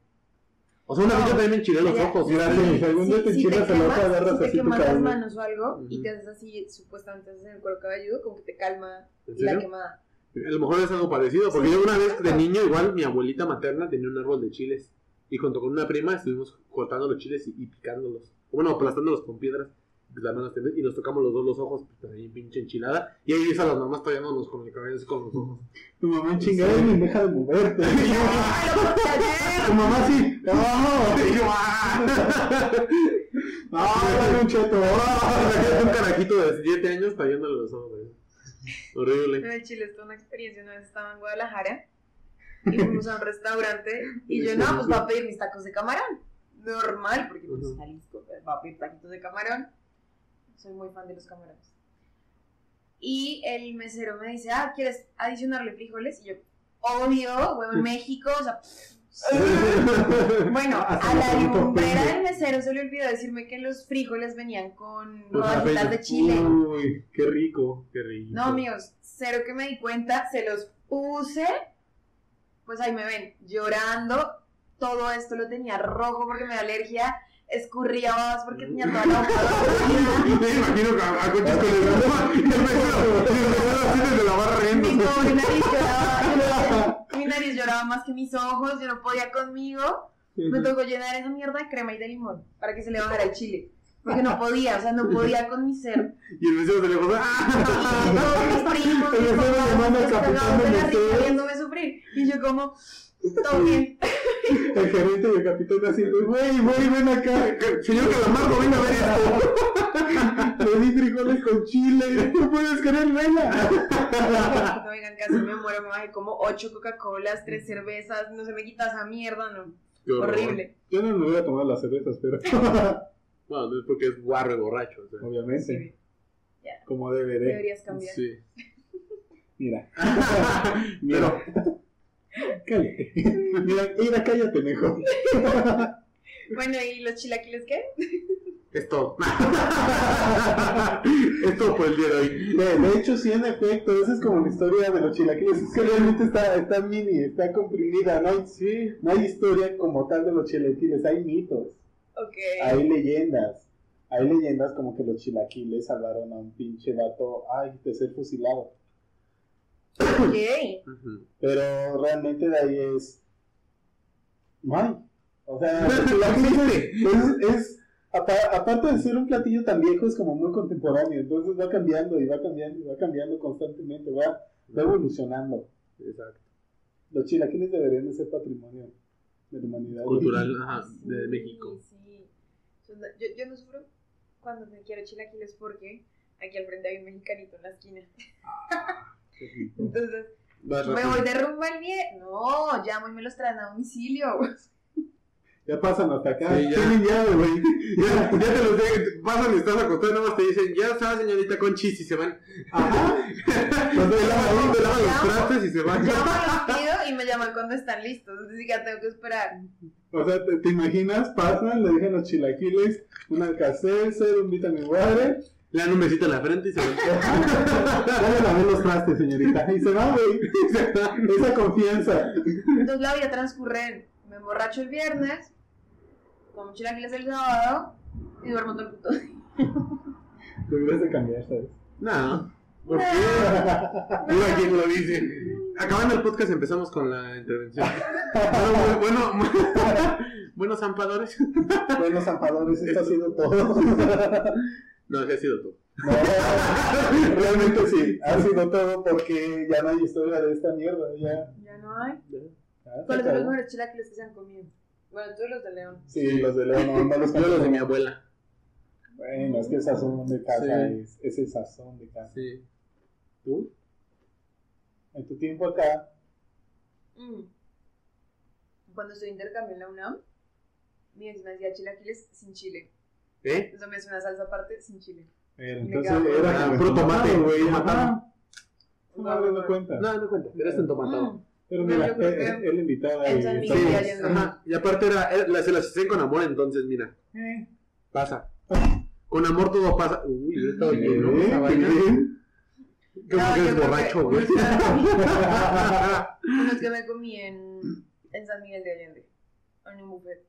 Speaker 2: O sea, una
Speaker 3: No.
Speaker 2: vez yo también me enchilé los
Speaker 3: Ya.
Speaker 2: ojos.
Speaker 1: Mira,
Speaker 2: Sí.
Speaker 1: si algún día te enchilas el ojo, agarras así
Speaker 3: si te
Speaker 1: tu
Speaker 3: quemas las
Speaker 1: cabello.
Speaker 3: manos o algo y
Speaker 2: Ujú.
Speaker 3: te haces así, supuestamente haces en el cuero cabelludo, como que te calma
Speaker 2: ¿En
Speaker 3: la
Speaker 2: serio?
Speaker 3: quemada.
Speaker 2: A lo mejor es algo parecido, porque
Speaker 3: Sí,
Speaker 2: yo una vez de
Speaker 3: claro.
Speaker 2: niño, igual mi abuelita materna tenía un árbol de chiles. Y junto con una prima estuvimos cortando los chiles y, y picándolos. O Bueno, aplastándolos con piedras. pues, las manos tenemos- y nos tocamos los dos los ojos, pues ahí pinche enchilada. Y ahí ves a las mamás tallándonos con el cabello así con los ojos.
Speaker 1: Tu mamá en chingada y deja de moverte. tu mamá sí. ¡Oh!
Speaker 2: Y yo, ¡ah!
Speaker 1: ¡Ah, dale un cheto!
Speaker 2: O sea,
Speaker 1: ¡Ah!
Speaker 2: que es un carajito de 7 años tallándole los ojos. güey. Horrible.
Speaker 3: No, en Chile esto es una experiencia, una vez estaba en Guadalajara y fuimos a un restaurante y yo, no, pues va a pedir mis tacos de camarón. Normal, porque pues
Speaker 2: Ujú.
Speaker 3: Jalisco pues, va a pedir taquitos de camarón. Soy muy fan de los camarones. Y el mesero me dice, ah, ¿quieres adicionarle frijoles? Y yo, obvio, huevo en México, o sea... Bueno,
Speaker 1: Hasta
Speaker 3: a
Speaker 1: me
Speaker 3: la
Speaker 1: pregunto,
Speaker 3: lumbrera
Speaker 1: ¿qué?
Speaker 3: del mesero se le olvidó decirme que los frijoles venían con
Speaker 2: Con
Speaker 3: rodajitas
Speaker 2: cabello.
Speaker 3: de chile.
Speaker 2: Uy, qué rico, qué rico.
Speaker 3: No, amigos, cero que me di cuenta, se los puse, pues ahí me ven, llorando, todo esto lo tenía rojo porque me da alergia, escurría babas porque tenía toda la boca dormida.
Speaker 2: Me imagino que a, a Conchis con el goma y el mesero, y el mesero así desde la barra riendo.
Speaker 3: Mi pobre nariz lloraba, mi nariz lloraba más que mis ojos, yo no podía conmigo, me tocó llenar esa mierda de crema y de limón para que se le bajara el chile. Porque no podía, o sea, no podía con mi ser.
Speaker 2: Y el mesero se le jodó.
Speaker 3: Y todos mis primos,
Speaker 1: El
Speaker 3: mis
Speaker 1: mesero
Speaker 3: papás,
Speaker 1: llamando al
Speaker 3: mis
Speaker 1: capitán
Speaker 3: cagados de
Speaker 1: del
Speaker 3: la risa
Speaker 1: mesero.
Speaker 3: viéndome sufrir. Y yo como, todo bien.
Speaker 1: El gerente y el capitán así, güey, güey, ven acá.
Speaker 2: Señor Calamardo, venga a ver esto.
Speaker 1: Le di frijoles con chile. No puedes querer vela.
Speaker 3: No, oigan, casi me muero, me bajé como ocho Coca-Colas, tres cervezas, no se me quita esa mierda, no.
Speaker 2: Qué horror.
Speaker 3: Horrible.
Speaker 1: Yo no me voy a tomar las cervezas, pero
Speaker 2: Bueno, no es porque es guarro y borracho. o sea.
Speaker 1: obviamente,
Speaker 3: Sí,
Speaker 1: como DVD.
Speaker 3: deberías cambiar.
Speaker 2: Sí.
Speaker 1: Mira. Mira. Cállate. Mira, mira, cállate mejor.
Speaker 3: Bueno, ¿y los chilaquiles qué?
Speaker 2: Es todo. es todo por el día de hoy.
Speaker 1: De, de hecho, sí, en efecto, esa es como la historia de los chilaquiles. Es que realmente está, está mini, está comprimida, ¿no? hay-
Speaker 2: Sí.
Speaker 1: No hay historia como tal de los chilaquiles, hay mitos,
Speaker 3: Ok.
Speaker 1: hay leyendas. Hay leyendas como que los chilaquiles salvaron a un pinche vato, ay, de ser fusilado.
Speaker 3: Ok.
Speaker 2: Ujú.
Speaker 1: Pero realmente de ahí es... No hay. O sea, los chilaquiles es... es apa- aparte de ser un platillo tan viejo, es como muy contemporáneo. Entonces va cambiando y va cambiando y va cambiando constantemente, va, va evolucionando.
Speaker 2: Exacto.
Speaker 1: Los chilaquiles deberían de ser patrimonio de la humanidad.
Speaker 2: Cultural, ajá,
Speaker 3: Pues Sí,
Speaker 2: Ah, de México.
Speaker 3: Sí. Son- Yo, yo no sufro cuando me quiero chilaquiles porque aquí al frente hay un mexicanito en la esquina. Entonces,
Speaker 2: Vas
Speaker 3: me
Speaker 2: rápido.
Speaker 3: voy de rumba al mie. No, llamo y me los traen a domicilio.
Speaker 1: Ya pasan hasta acá.
Speaker 2: Sí, ya.
Speaker 1: Tienen llave, güey.
Speaker 2: Ya, ya te los de, pasan y estás acostado y nada más te dicen, ya está señorita Conchis y se van.
Speaker 1: Ajá. Pues
Speaker 2: Te lavan te lavan los
Speaker 3: Llamo.
Speaker 2: trastes y se van.
Speaker 3: Llamo, los pido y me llaman cuando están listos. Así que ya tengo que esperar.
Speaker 1: O sea, ¿te, te imaginas? Pasan, le dejan los chilaquiles, un alcacer, un vitamin water.
Speaker 2: Le dan un besito en la frente y se van.
Speaker 1: Ya le lavé los trastes, señorita. Y se va, güey. Esa confianza.
Speaker 3: Entonces la vida transcurre en, me emborracho el viernes, como chilaquiles el sábado y duermo todo el puto día.
Speaker 1: Deberías de cambiar, ¿sabes?
Speaker 2: No. ¿Por qué? Mira quién lo dice. Acabando el podcast empezamos con la intervención. Bueno, bueno, buenos zampadores.
Speaker 1: Buenos zampadores, esto ha sido todo.
Speaker 2: No, ese ha sido tú.
Speaker 1: No, realmente sí, ha sido todo porque ya no hay historia de esta mierda. Ya.
Speaker 3: Ya no hay.
Speaker 1: Ya se
Speaker 3: ¿Cuáles son los
Speaker 1: acabó.
Speaker 3: mejores chilaquiles que se han comido? Bueno, tú los de León.
Speaker 1: Sí, los de León, no, no los
Speaker 2: Yo los de mi
Speaker 1: conozco.
Speaker 2: abuela.
Speaker 1: Bueno, es que el sazón de casa
Speaker 2: Sí.
Speaker 1: es, es el sazón de casa.
Speaker 2: Sí.
Speaker 1: ¿Tú? En tu tiempo acá,
Speaker 3: Mm. Cuando estuve de intercambio en la UNAM, mi ex me hacía chilaquiles sin chile.
Speaker 2: ¿Eh?
Speaker 3: Eso me hace una salsa aparte sin chile.
Speaker 1: era,
Speaker 3: Me
Speaker 1: entonces
Speaker 3: cago.
Speaker 1: era
Speaker 2: Ah,
Speaker 1: como
Speaker 2: puro tomate,
Speaker 1: tomado,
Speaker 2: tomate.
Speaker 1: ajá. No, no, no cuenta.
Speaker 2: No, no cuenta, pero es en tomatado.
Speaker 3: Mm.
Speaker 1: Pero mira,
Speaker 3: No, yo creo
Speaker 1: él,
Speaker 3: que-
Speaker 1: él invitaba
Speaker 3: Él
Speaker 1: y
Speaker 3: también
Speaker 2: Sí,
Speaker 1: estaba-
Speaker 3: ya, ya, ya.
Speaker 2: ajá. Y aparte era, era- la- se las hacían con amor, entonces, mira,
Speaker 1: Eh,
Speaker 2: pasa. Con amor todo pasa. Uy, yo estaba
Speaker 1: eh,
Speaker 2: bien, ¿no?
Speaker 1: qué
Speaker 2: Esa vaina.
Speaker 1: bien.
Speaker 2: Creo
Speaker 3: No,
Speaker 2: que
Speaker 3: yo
Speaker 2: eres
Speaker 3: creo
Speaker 2: borracho,
Speaker 3: que-
Speaker 2: güey.
Speaker 3: Unos que me comí en, en San Miguel de Allende. En un buffet.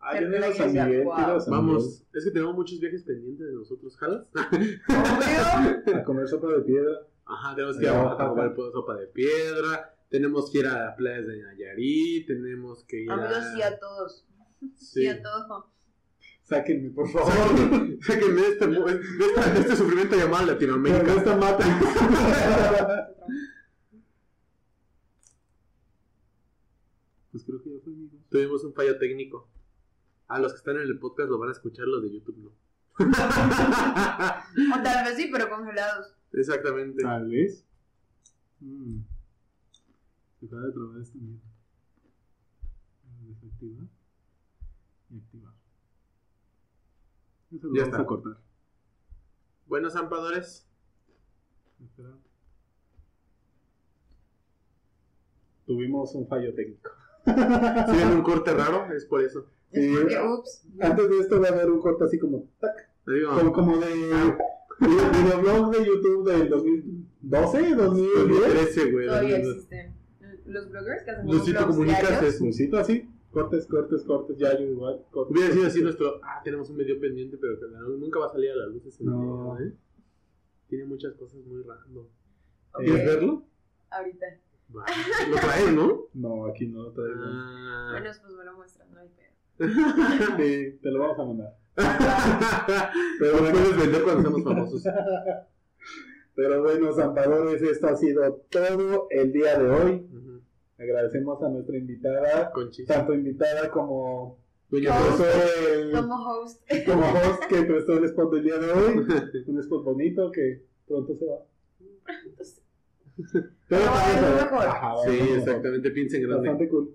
Speaker 1: Ah, yo no
Speaker 3: Pero
Speaker 1: iba a San
Speaker 3: ya,
Speaker 1: Miguel,
Speaker 3: wow.
Speaker 1: yo iba a San
Speaker 2: Vamos, es que tenemos muchos viajes pendientes de nosotros, ¿jalas?
Speaker 3: Obvio.
Speaker 1: Miguel a comer sopa de piedra.
Speaker 2: Ajá, tenemos que ir
Speaker 1: Ah,
Speaker 2: a
Speaker 1: ajá.
Speaker 2: comer sopa de piedra, tenemos que ir a las playas de Nayarit, tenemos que ir
Speaker 3: Amigos,
Speaker 2: a...
Speaker 3: sí a todos. Sí,
Speaker 2: Sí.
Speaker 3: a todos.
Speaker 1: Sáquenme, por favor.
Speaker 2: Sáquenme- sáquenme de este, mu- de esta- de este sufrimiento llamado
Speaker 1: Pero no
Speaker 2: Latinoamérica.
Speaker 1: está mata.
Speaker 2: Pues creo que ya fue, amigo. Tuvimos un fallo técnico. A los que están en el podcast lo van a escuchar, los de YouTube no.
Speaker 3: O tal vez sí, pero congelados.
Speaker 2: Exactamente.
Speaker 1: Tal vez. Mm. Se acaba de trabar esta mierda. Desactivar. Y activar. Eso lo
Speaker 2: Ya
Speaker 1: vamos
Speaker 2: está.
Speaker 1: a cortar.
Speaker 2: Buenos zampadores.
Speaker 1: Espera. Tuvimos un fallo técnico.
Speaker 2: Si ven un corte raro, es por eso.
Speaker 3: Es
Speaker 1: Sí.
Speaker 3: porque, ups.
Speaker 1: Antes de esto va a haber un corte así como tac,
Speaker 2: Le digo,
Speaker 1: como, como de de- videoblog de YouTube del 2012, 2010.
Speaker 2: 13, güey.
Speaker 3: Todavía
Speaker 2: no, no.
Speaker 3: existen. Los bloggers que hacen
Speaker 2: Lucito
Speaker 3: blogs
Speaker 2: Comunicas
Speaker 3: diarios.
Speaker 2: es-
Speaker 1: Necesito así, cortes, cortes, cortes, ya yo igual. cortes.
Speaker 2: Hubiera sido así nuestro. Ah, tenemos un medio pendiente, pero que no- nunca va a salir a la luz ese
Speaker 1: No.
Speaker 2: video, ¿eh? Tiene muchas cosas muy random.
Speaker 3: Ok,
Speaker 1: ¿Quieres
Speaker 2: verlo?
Speaker 3: Ahorita.
Speaker 2: Va. Lo traes, ¿no?
Speaker 1: No, aquí no, todavía no.
Speaker 2: Ah.
Speaker 3: Bueno, pues me lo muestran, no hay pedo.
Speaker 1: Sí, te lo vamos a mandar.
Speaker 2: Pero lo puedes vender cuando seamos famosos.
Speaker 1: Pero bueno, zampadores, esto ha sido todo el día de hoy.
Speaker 2: Ujú.
Speaker 1: Agradecemos a nuestra invitada,
Speaker 2: Conchis.
Speaker 1: tanto invitada como,
Speaker 2: Dueña
Speaker 3: No.
Speaker 1: prestó
Speaker 2: Mm.
Speaker 1: el-
Speaker 3: Como host,
Speaker 1: como host que prestó el spot del día de hoy. Un spot bonito que pronto se va. Pero
Speaker 3: No,
Speaker 1: vamos
Speaker 3: es
Speaker 1: a
Speaker 3: lo
Speaker 1: ver.
Speaker 3: mejor.
Speaker 1: Ajá, vamos a
Speaker 2: Sí,
Speaker 1: ver.
Speaker 2: exactamente, piensa en grande.
Speaker 1: Ah, Bastante cool.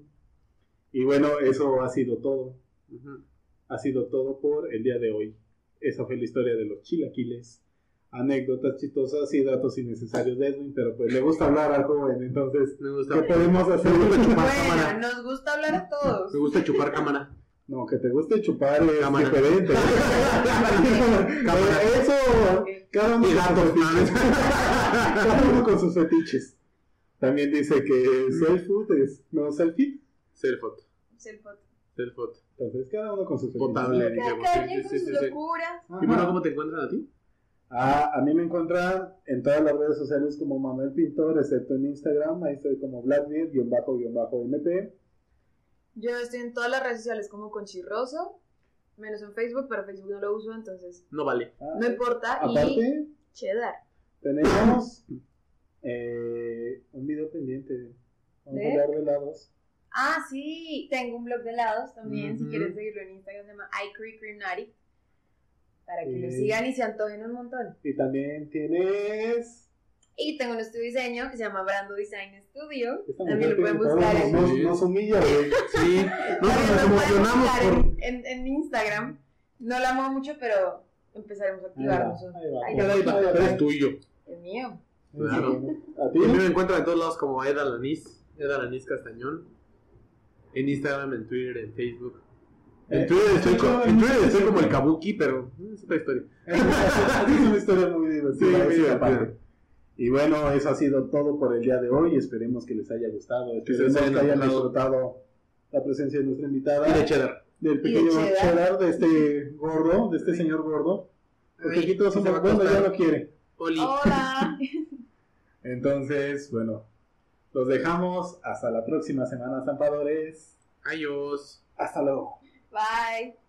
Speaker 1: Y bueno, eso ha sido todo.
Speaker 2: Ujú.
Speaker 1: ha sido todo por el día de hoy. Esa fue la historia de los chilaquiles, anécdotas chistosas y datos innecesarios de Edwin, pero pues le gusta hablar al joven, entonces,
Speaker 2: Me
Speaker 1: ¿qué
Speaker 2: gusta,
Speaker 1: podemos hacer?
Speaker 2: chupar
Speaker 3: bueno,
Speaker 2: cámara.
Speaker 3: nos gusta hablar a todos.
Speaker 2: me gusta chupar cámara.
Speaker 1: No, que te guste chupar es
Speaker 2: Cámara.
Speaker 1: diferente.
Speaker 2: Cámara.
Speaker 1: Eso, cada uno,
Speaker 2: Y gatos,
Speaker 1: cada uno con sus fetiches. También dice que self-food es no selfie,
Speaker 2: Selfot,
Speaker 3: Selfot.
Speaker 2: selfot.
Speaker 1: entonces cada uno con sus fetiches. Ah,
Speaker 2: Potable, digamos.
Speaker 3: Cada
Speaker 2: Sí,
Speaker 3: quien con
Speaker 2: sí,
Speaker 3: sus
Speaker 2: sí, sí.
Speaker 3: locuras.
Speaker 1: Ajá.
Speaker 2: Y bueno, ¿cómo te encuentran a ti?
Speaker 1: Ah, a mí me encuentran en todas las redes sociales como Manuel Pintor, excepto en Instagram, ahí estoy como Blackbeard-MP.
Speaker 3: Yo estoy en todas las redes sociales como Conchirroso, menos en Facebook, pero Facebook no lo uso, entonces
Speaker 2: No vale.
Speaker 1: Ah,
Speaker 3: no importa. Y
Speaker 1: aparte,
Speaker 3: cheddar.
Speaker 1: tenemos eh, un video pendiente. Vamos a
Speaker 3: ¿De?
Speaker 1: hablar de lados.
Speaker 3: Ah, sí, tengo un blog de helados también, si
Speaker 2: Ujú.
Speaker 3: quieren seguirlo en Instagram, se llama iCreeCreamNatty, para que lo
Speaker 1: Sí.
Speaker 3: sigan y se antojen un montón.
Speaker 1: Y también tienes...
Speaker 3: Y tengo un estudio de diseño que se llama Brando Design Studio,
Speaker 1: esta
Speaker 3: también
Speaker 1: mujer
Speaker 3: lo pueden
Speaker 1: tiene todo,
Speaker 3: buscar en...
Speaker 1: Nos,
Speaker 2: Sí.
Speaker 1: nos humilla, güey.
Speaker 2: Sí, nosotros
Speaker 3: También
Speaker 2: nos
Speaker 3: lo pueden
Speaker 2: emocionamos
Speaker 3: buscar ¿eh?
Speaker 2: por.
Speaker 3: en, en- en Instagram. No la amo mucho, pero empezaremos a
Speaker 1: Ahí va,
Speaker 3: activarnos.
Speaker 1: ahí va.
Speaker 3: Ay,
Speaker 2: Pero ahí va,
Speaker 1: Ahí va.
Speaker 2: pero es tuyo.
Speaker 3: El mío.
Speaker 2: Claro.
Speaker 1: ¿A ti?
Speaker 2: Y a mí me encuentran en todos lados como Ed Alanis, Ed Alanis Castañón. En Instagram, en Twitter, en Facebook. En
Speaker 1: Eh,
Speaker 2: Twitter estoy,
Speaker 1: sí,
Speaker 2: co-
Speaker 1: yo-
Speaker 2: en Twitter estoy como el Kabuki, pero es otra historia.
Speaker 1: es una historia muy
Speaker 2: Sí,
Speaker 1: divertida.
Speaker 2: muy
Speaker 1: esa parte.
Speaker 2: divertida.
Speaker 1: Y bueno, eso ha sido todo por el día de hoy. Esperemos que les haya gustado.
Speaker 2: Que se les
Speaker 1: Esperemos que, hayan
Speaker 2: hayan antojado.
Speaker 1: disfrutado la presencia de nuestra invitada.
Speaker 2: Y de cheddar.
Speaker 1: del
Speaker 3: Y de
Speaker 1: pequeño
Speaker 3: cheddar.
Speaker 1: cheddar, de este gordo, de este señor gordo. Porque
Speaker 2: Ay,
Speaker 1: aquí todos
Speaker 2: se va
Speaker 1: somos
Speaker 2: a
Speaker 1: bueno, ya
Speaker 2: costar.
Speaker 1: lo quiere.
Speaker 2: Oli.
Speaker 3: Oh. Hola.
Speaker 1: Entonces, bueno, los dejamos. Hasta la próxima semana, zampadores.
Speaker 2: Adiós.
Speaker 1: Hasta luego.
Speaker 3: Bye.